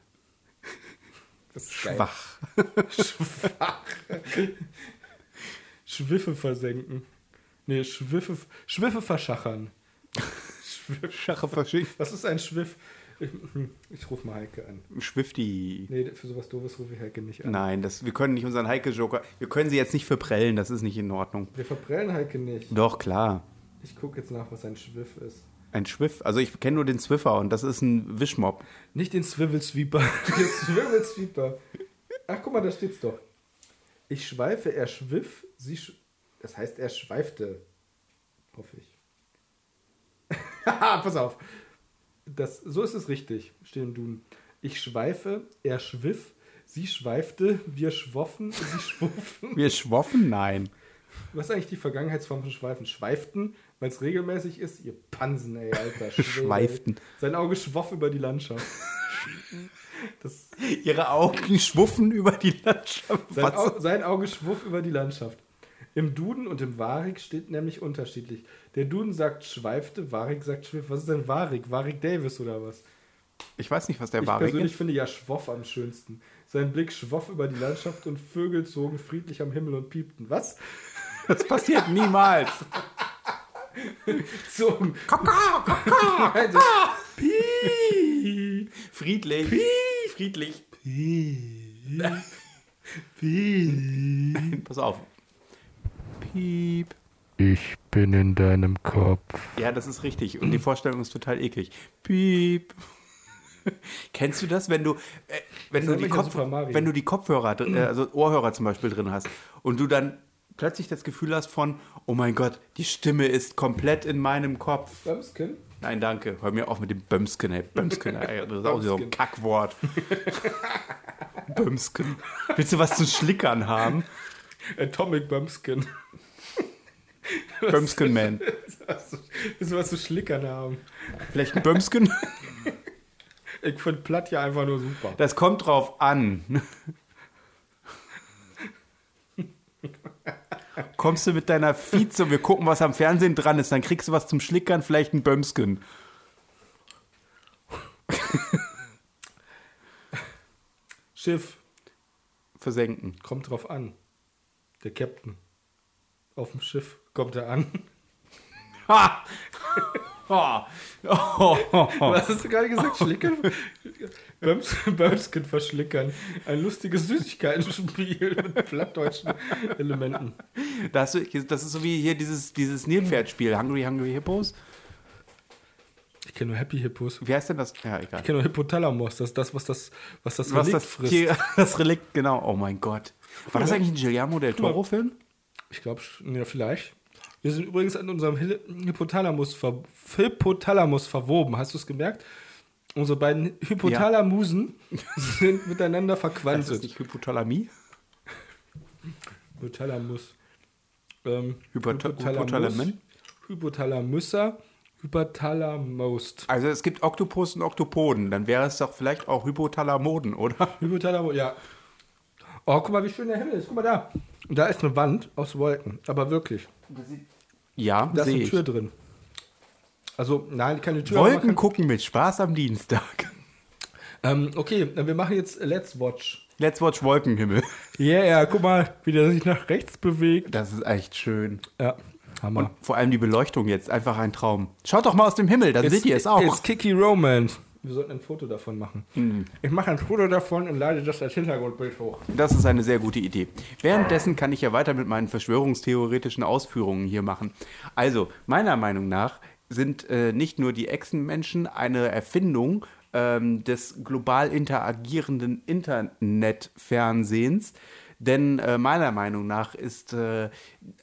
Speaker 1: Das ist geil.
Speaker 2: Schwach.
Speaker 1: Schwach. Schwiffe versenken. Nee, Schwiffe, Schwiffe verschachern.
Speaker 2: Schache verschickt.
Speaker 1: Was ist ein Schwiff? Ich, ich rufe mal Heike an.
Speaker 2: Schwifti.
Speaker 1: Nee, für sowas Doofes rufe ich Heike nicht an.
Speaker 2: Nein, das, wir können nicht unseren Heike-Joker. Wir können sie jetzt nicht verprellen, das ist nicht in Ordnung.
Speaker 1: Wir verprellen Heike nicht.
Speaker 2: Doch, klar.
Speaker 1: Ich gucke jetzt nach, was ein Schwiff ist.
Speaker 2: Ein Schwiff. Also ich kenne nur den Zwiffer und das ist ein Wischmob.
Speaker 1: Nicht den Swivel Sweeper. Den Swivel Sweeper. Ach, guck mal, da steht's doch. Ich schweife, er schwiff, sie sch Das heißt, er schweifte. Hoffe ich. Haha, Pass auf. Das, so ist es richtig, steht im Duden. Ich schweife, er schwiff, sie schweifte, wir schwoffen, sie schwuffen.
Speaker 2: Wir schwoffen? Nein.
Speaker 1: Was ist eigentlich die Vergangenheitsform von Schweifen? Schweiften, weil es regelmäßig ist? Ihr Pansen, ey, Alter. Schwede.
Speaker 2: Schweiften.
Speaker 1: Sein Auge schwoff über die Landschaft. Das,
Speaker 2: Ihre Augen schwuffen über die Landschaft.
Speaker 1: sein,
Speaker 2: Was?
Speaker 1: Au, sein Auge schwuff über die Landschaft. Im Duden und im Warik steht nämlich unterschiedlich. Der Duden sagt schweifte, Warik sagt schwiff. Was ist denn Warik? Warik Davis oder was?
Speaker 2: Ich weiß nicht, was der
Speaker 1: Ich
Speaker 2: Warik
Speaker 1: persönlich
Speaker 2: ist.
Speaker 1: finde ja schwoff am schönsten. Sein Blick schwoff über die Landschaft und Vögel zogen friedlich am Himmel und piepten. Was?
Speaker 2: Das passiert niemals.
Speaker 1: Zogen.
Speaker 2: Kaka, kaka.
Speaker 1: Also, piep.
Speaker 2: Friedlich. Friedlich. Pass auf. Piep.
Speaker 1: Ich bin in deinem Kopf.
Speaker 2: Ja, das ist richtig. Und die Vorstellung ist total eklig. Piep. Kennst du das, wenn du, äh, wenn, du
Speaker 1: erinnert
Speaker 2: die
Speaker 1: mich an
Speaker 2: Kopf,
Speaker 1: Super Mario.
Speaker 2: wenn du die Kopfhörer, dr- äh, also Ohrhörer zum Beispiel drin hast und du dann plötzlich das Gefühl hast von, oh mein Gott, die Stimme ist komplett in meinem Kopf.
Speaker 1: Bömsken?
Speaker 2: Nein, danke. Hör mir auf mit dem Bömsken, ey. Bömsken, ey. Das ist auch so ein
Speaker 1: Bömsken.
Speaker 2: Kackwort. Bömsken. Willst du was zum Schlickern haben?
Speaker 1: Atomic Bömsken.
Speaker 2: Bömsken Man.
Speaker 1: Willst du was zu schlickern haben?
Speaker 2: Vielleicht ein Bömsken?
Speaker 1: Ich finde Platt ja einfach nur super.
Speaker 2: Das kommt drauf an. Kommst du mit deiner Vize, wir gucken, was am Fernsehen dran ist, dann kriegst du was zum Schlickern, vielleicht ein Bömsken.
Speaker 1: Schiff.
Speaker 2: Versenken.
Speaker 1: Kommt drauf an. Der Captain. Auf dem Schiff kommt er an.
Speaker 2: Ha! Oh. Oh, oh, oh.
Speaker 1: Was hast du gerade gesagt? Schlickern? Böms, Bömsken verschlickern. Ein lustiges Süßigkeitenspiel mit plattdeutschen Elementen.
Speaker 2: Da hast du, das ist so wie hier dieses, dieses Nilpferdspiel, Hungry Hungry Hippos.
Speaker 1: Ich kenne nur Happy Hippos.
Speaker 2: Wie heißt denn das? Ja, egal.
Speaker 1: Ich kenne nur Hippothalamus. Das ist das, was das, was das
Speaker 2: Was
Speaker 1: Relikt
Speaker 2: das,
Speaker 1: frisst.
Speaker 2: Tier, das Relikt, genau. Oh mein Gott. War das
Speaker 1: Oder-
Speaker 2: eigentlich ein Guillermo del Toro-Film?
Speaker 1: Ich glaube, ja, vielleicht. Wir sind übrigens an unserem Hil- Hypothalamus, ver Hypothalamus verwoben. Hast du es gemerkt? Unsere beiden Hypothalamusen sind miteinander
Speaker 2: Also Ist das
Speaker 1: verquantet.
Speaker 2: nicht Hypothalamie?
Speaker 1: Hypothalamus. Ähm,
Speaker 2: Hypot-
Speaker 1: Hypothalamus.
Speaker 2: Hypothalamen?
Speaker 1: Hypothalamüsser. Hypothalamost.
Speaker 2: Also es gibt Oktopus und Oktopoden, dann wäre es doch vielleicht auch Hypothalamoden, oder?
Speaker 1: Hypothalamus, ja. Oh, guck mal, wie schön der Himmel ist. Guck mal da. Da ist eine Wand aus Wolken. Aber wirklich.
Speaker 2: Ja,
Speaker 1: Da ist
Speaker 2: sehe
Speaker 1: eine
Speaker 2: ich.
Speaker 1: Tür drin. Also, nein, keine Tür. aber man
Speaker 2: Wolken gucken mit Spaß am Dienstag.
Speaker 1: Ähm, okay, dann wir machen jetzt Let's Watch.
Speaker 2: Let's watch Wolkenhimmel.
Speaker 1: Yeah, guck mal, wie der sich nach rechts bewegt.
Speaker 2: Das ist echt schön.
Speaker 1: Ja, Hammer.
Speaker 2: Vor allem die Beleuchtung jetzt, einfach ein Traum. Schaut doch mal aus dem Himmel, dann seht ihr es auch.
Speaker 1: It's Kiki Romance. Wir sollten ein Foto davon machen.
Speaker 2: Mhm.
Speaker 1: Ich mache ein Foto davon und lade das als Hintergrundbild hoch.
Speaker 2: Das ist eine sehr gute Idee. Währenddessen kann ich ja weiter mit meinen verschwörungstheoretischen Ausführungen hier machen. Also, meiner Meinung nach sind äh, nicht nur die Echsenmenschen eine Erfindung ähm, des global interagierenden Internetfernsehens. Denn äh, meiner Meinung nach ist äh,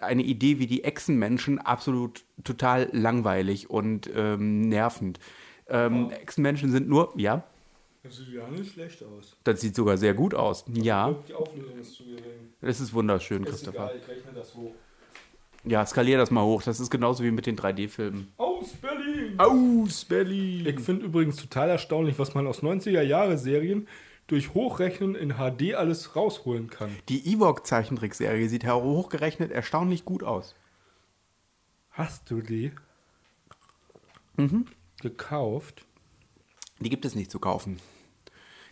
Speaker 2: eine Idee wie die Echsenmenschen absolut total langweilig und ähm, nervend. Ähm, Echsenmenschen sind nur, ja,
Speaker 1: Das sieht ja nicht schlecht aus.
Speaker 2: das sieht sogar sehr gut aus. Ja,
Speaker 1: Die Auflösung ist zu gering.
Speaker 2: es ist wunderschön, Christopher.
Speaker 1: ich rechne das hoch.
Speaker 2: Ja, skalier das mal hoch. Das ist genauso wie mit den 3D-Filmen.
Speaker 1: Aus Berlin!
Speaker 2: Aus Berlin!
Speaker 1: Ich finde übrigens total erstaunlich, was man aus 90er-Jahre-Serien durch Hochrechnen in HD alles rausholen kann.
Speaker 2: Die Ewok-Zeichentrickserie sieht her- hochgerechnet erstaunlich gut aus.
Speaker 1: Hast du die gekauft?
Speaker 2: Die gibt es nicht zu kaufen.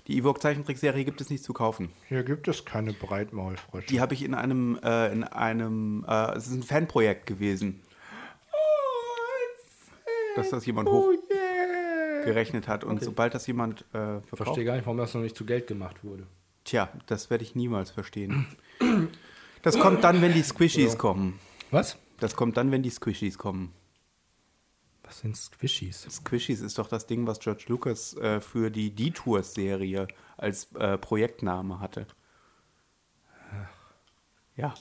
Speaker 2: Die Ewok-Zeichentrickserie gibt es nicht zu kaufen.
Speaker 1: Hier gibt es keine Breitmaulfrösche.
Speaker 2: Die habe ich in einem, äh, in einem, äh, es ist ein Fanprojekt gewesen, dass das jemand hochgerechnet hat. Und sobald das jemand äh,
Speaker 1: Ich
Speaker 2: verkauft,
Speaker 1: verstehe gar nicht, warum das noch nicht zu Geld gemacht wurde.
Speaker 2: tja, das werde ich niemals verstehen. Das kommt dann, wenn die Squishies kommen.
Speaker 1: Was?
Speaker 2: Das kommt dann, wenn die Squishies kommen.
Speaker 1: Was sind Squishies?
Speaker 2: Squishies ist doch das Ding, was George Lucas äh, für die Detours-Serie als äh, Projektname hatte. Ja.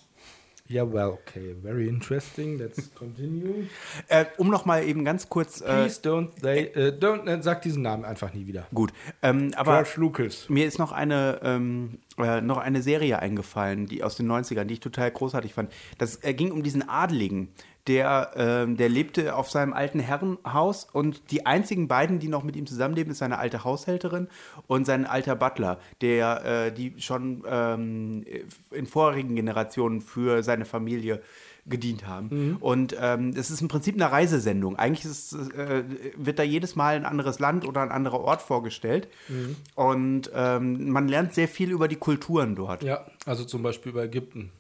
Speaker 1: Ja, well, okay. Very interesting. Let's continue.
Speaker 2: Äh, um nochmal eben ganz kurz. Äh,
Speaker 1: Please don't, they, äh, don't, äh, sag diesen Namen einfach nie wieder.
Speaker 2: gut. Ähm, aber
Speaker 1: Lucas.
Speaker 2: mir ist noch eine, ähm, äh, noch eine Serie eingefallen, die aus den 90ern, die ich total großartig fand. Das äh, ging um diesen Adligen. Der, ähm, der lebte auf seinem alten Herrenhaus und die einzigen beiden, die noch mit ihm zusammenleben, ist seine alte Haushälterin und sein alter Butler, der äh, die schon ähm, in vorherigen Generationen für seine Familie gedient haben.
Speaker 1: Mhm.
Speaker 2: Und ähm, das ist im Prinzip eine Reisesendung. Eigentlich ist, es, äh, wird da jedes Mal ein anderes Land oder ein anderer Ort vorgestellt.
Speaker 1: Mhm.
Speaker 2: Und ähm, man lernt sehr viel über die Kulturen dort.
Speaker 1: Ja, also zum Beispiel über Ägypten.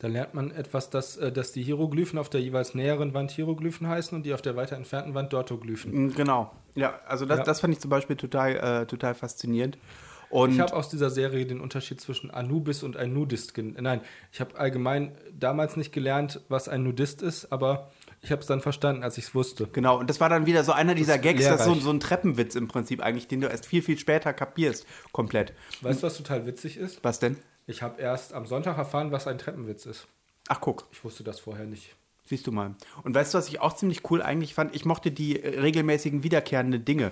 Speaker 1: Da lernt man etwas, dass, äh, dass die Hieroglyphen auf der jeweils näheren Wand Hieroglyphen heißen und die auf der weiter entfernten Wand Dortoglyphen.
Speaker 2: Mm, Genau. Ja, also das,
Speaker 1: Ja.
Speaker 2: das fand ich zum Beispiel total, äh, total faszinierend. Und
Speaker 1: Ich habe aus dieser Serie den Unterschied zwischen Anubis und ein Nudist gen Nein, ich habe allgemein damals nicht gelernt, was ein Nudist ist, aber ich habe es dann verstanden, als ich es wusste.
Speaker 2: Genau, und das war dann wieder so einer dieser Gags, das ist so,
Speaker 1: lehrreich.
Speaker 2: so ein Treppenwitz im Prinzip eigentlich, den du erst viel, viel später kapierst, komplett.
Speaker 1: Weißt du, was total witzig ist?
Speaker 2: Was denn?
Speaker 1: Ich habe erst am Sonntag erfahren, was ein Treppenwitz ist.
Speaker 2: Ach, guck,
Speaker 1: Ich wusste das vorher nicht.
Speaker 2: siehst du mal. Und weißt du, was ich auch ziemlich cool eigentlich fand? Ich mochte die äh, regelmäßigen wiederkehrenden Dinge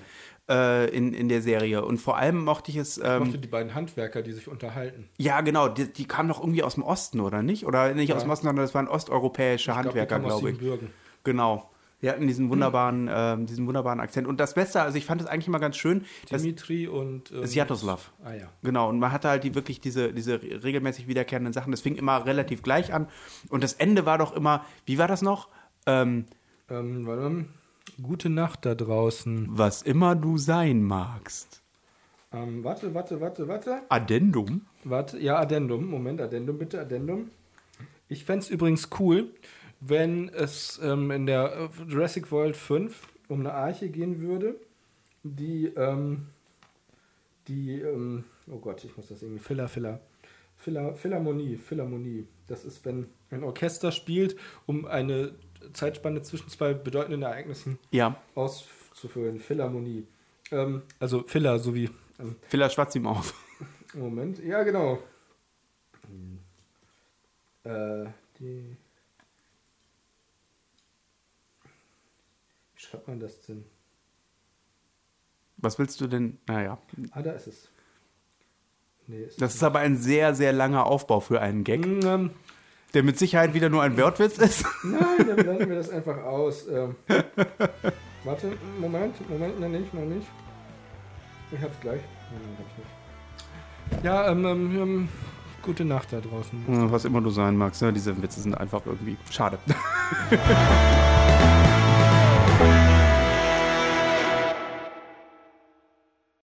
Speaker 2: äh, in, in der Serie. Und vor allem mochte ich es.
Speaker 1: Ich
Speaker 2: Ähm,
Speaker 1: mochte die beiden Handwerker, die sich unterhalten.
Speaker 2: ja, genau, die, die kamen doch irgendwie aus dem Osten, oder nicht? Oder nicht aus dem Osten, sondern das waren osteuropäische Handwerker,
Speaker 1: die kamen aus Hm.
Speaker 2: glaube ich.
Speaker 1: Siebenbürgen.
Speaker 2: Genau. Die hatten diesen wunderbaren, ähm, diesen wunderbaren Akzent. Und das Beste, also ich fand es eigentlich immer ganz schön, dass
Speaker 1: Dimitri und. Ähm,
Speaker 2: Sjatoslav.
Speaker 1: Ah ja.
Speaker 2: Genau, und man hatte halt die wirklich diese, diese regelmäßig wiederkehrenden Sachen. Das fing immer relativ gleich an. Und das Ende war doch immer, wie war das noch? Ähm,
Speaker 1: Ähm, warte mal. Gute Nacht da draußen.
Speaker 2: was immer du sein magst.
Speaker 1: Ähm, warte, warte, warte, warte.
Speaker 2: Addendum?
Speaker 1: Warte, ja, Addendum. Moment, Addendum, bitte, Addendum. Ich fände es übrigens cool, wenn es ähm, in der äh, Jurassic World 5 um eine Arche gehen würde, die, ähm, die, ähm, oh Gott, ich muss das irgendwie, Filler, Filler, Filler, Philharmonie, Philharmonie. Das ist, wenn ein Orchester spielt, um eine Zeitspanne zwischen zwei bedeutenden Ereignissen
Speaker 2: Ja.
Speaker 1: auszufüllen. Philharmonie. Ähm, also Filler, so wie. Ähm,
Speaker 2: Filler schwatzt ihm auf.
Speaker 1: Moment, ja, genau. Hm. Äh, die. Wie schreibt man das denn?
Speaker 2: Was willst du denn? Naja.
Speaker 1: Ah, da ist es. Nee, ist
Speaker 2: Das ist aber ein sehr, sehr langer Aufbau für einen Gag,
Speaker 1: Hm, ähm,
Speaker 2: der mit Sicherheit wieder nur ein Wortwitz ist.
Speaker 1: Nein, dann blenden wir das einfach aus. Ähm, warte, Moment, Moment, noch nicht, noch nicht. Ich hab's gleich. Nein, hab ich nicht. Ja, ähm, ähm, ähm, gute Nacht da draußen.
Speaker 2: Was immer du sein magst. Ja, diese Witze sind einfach irgendwie schade.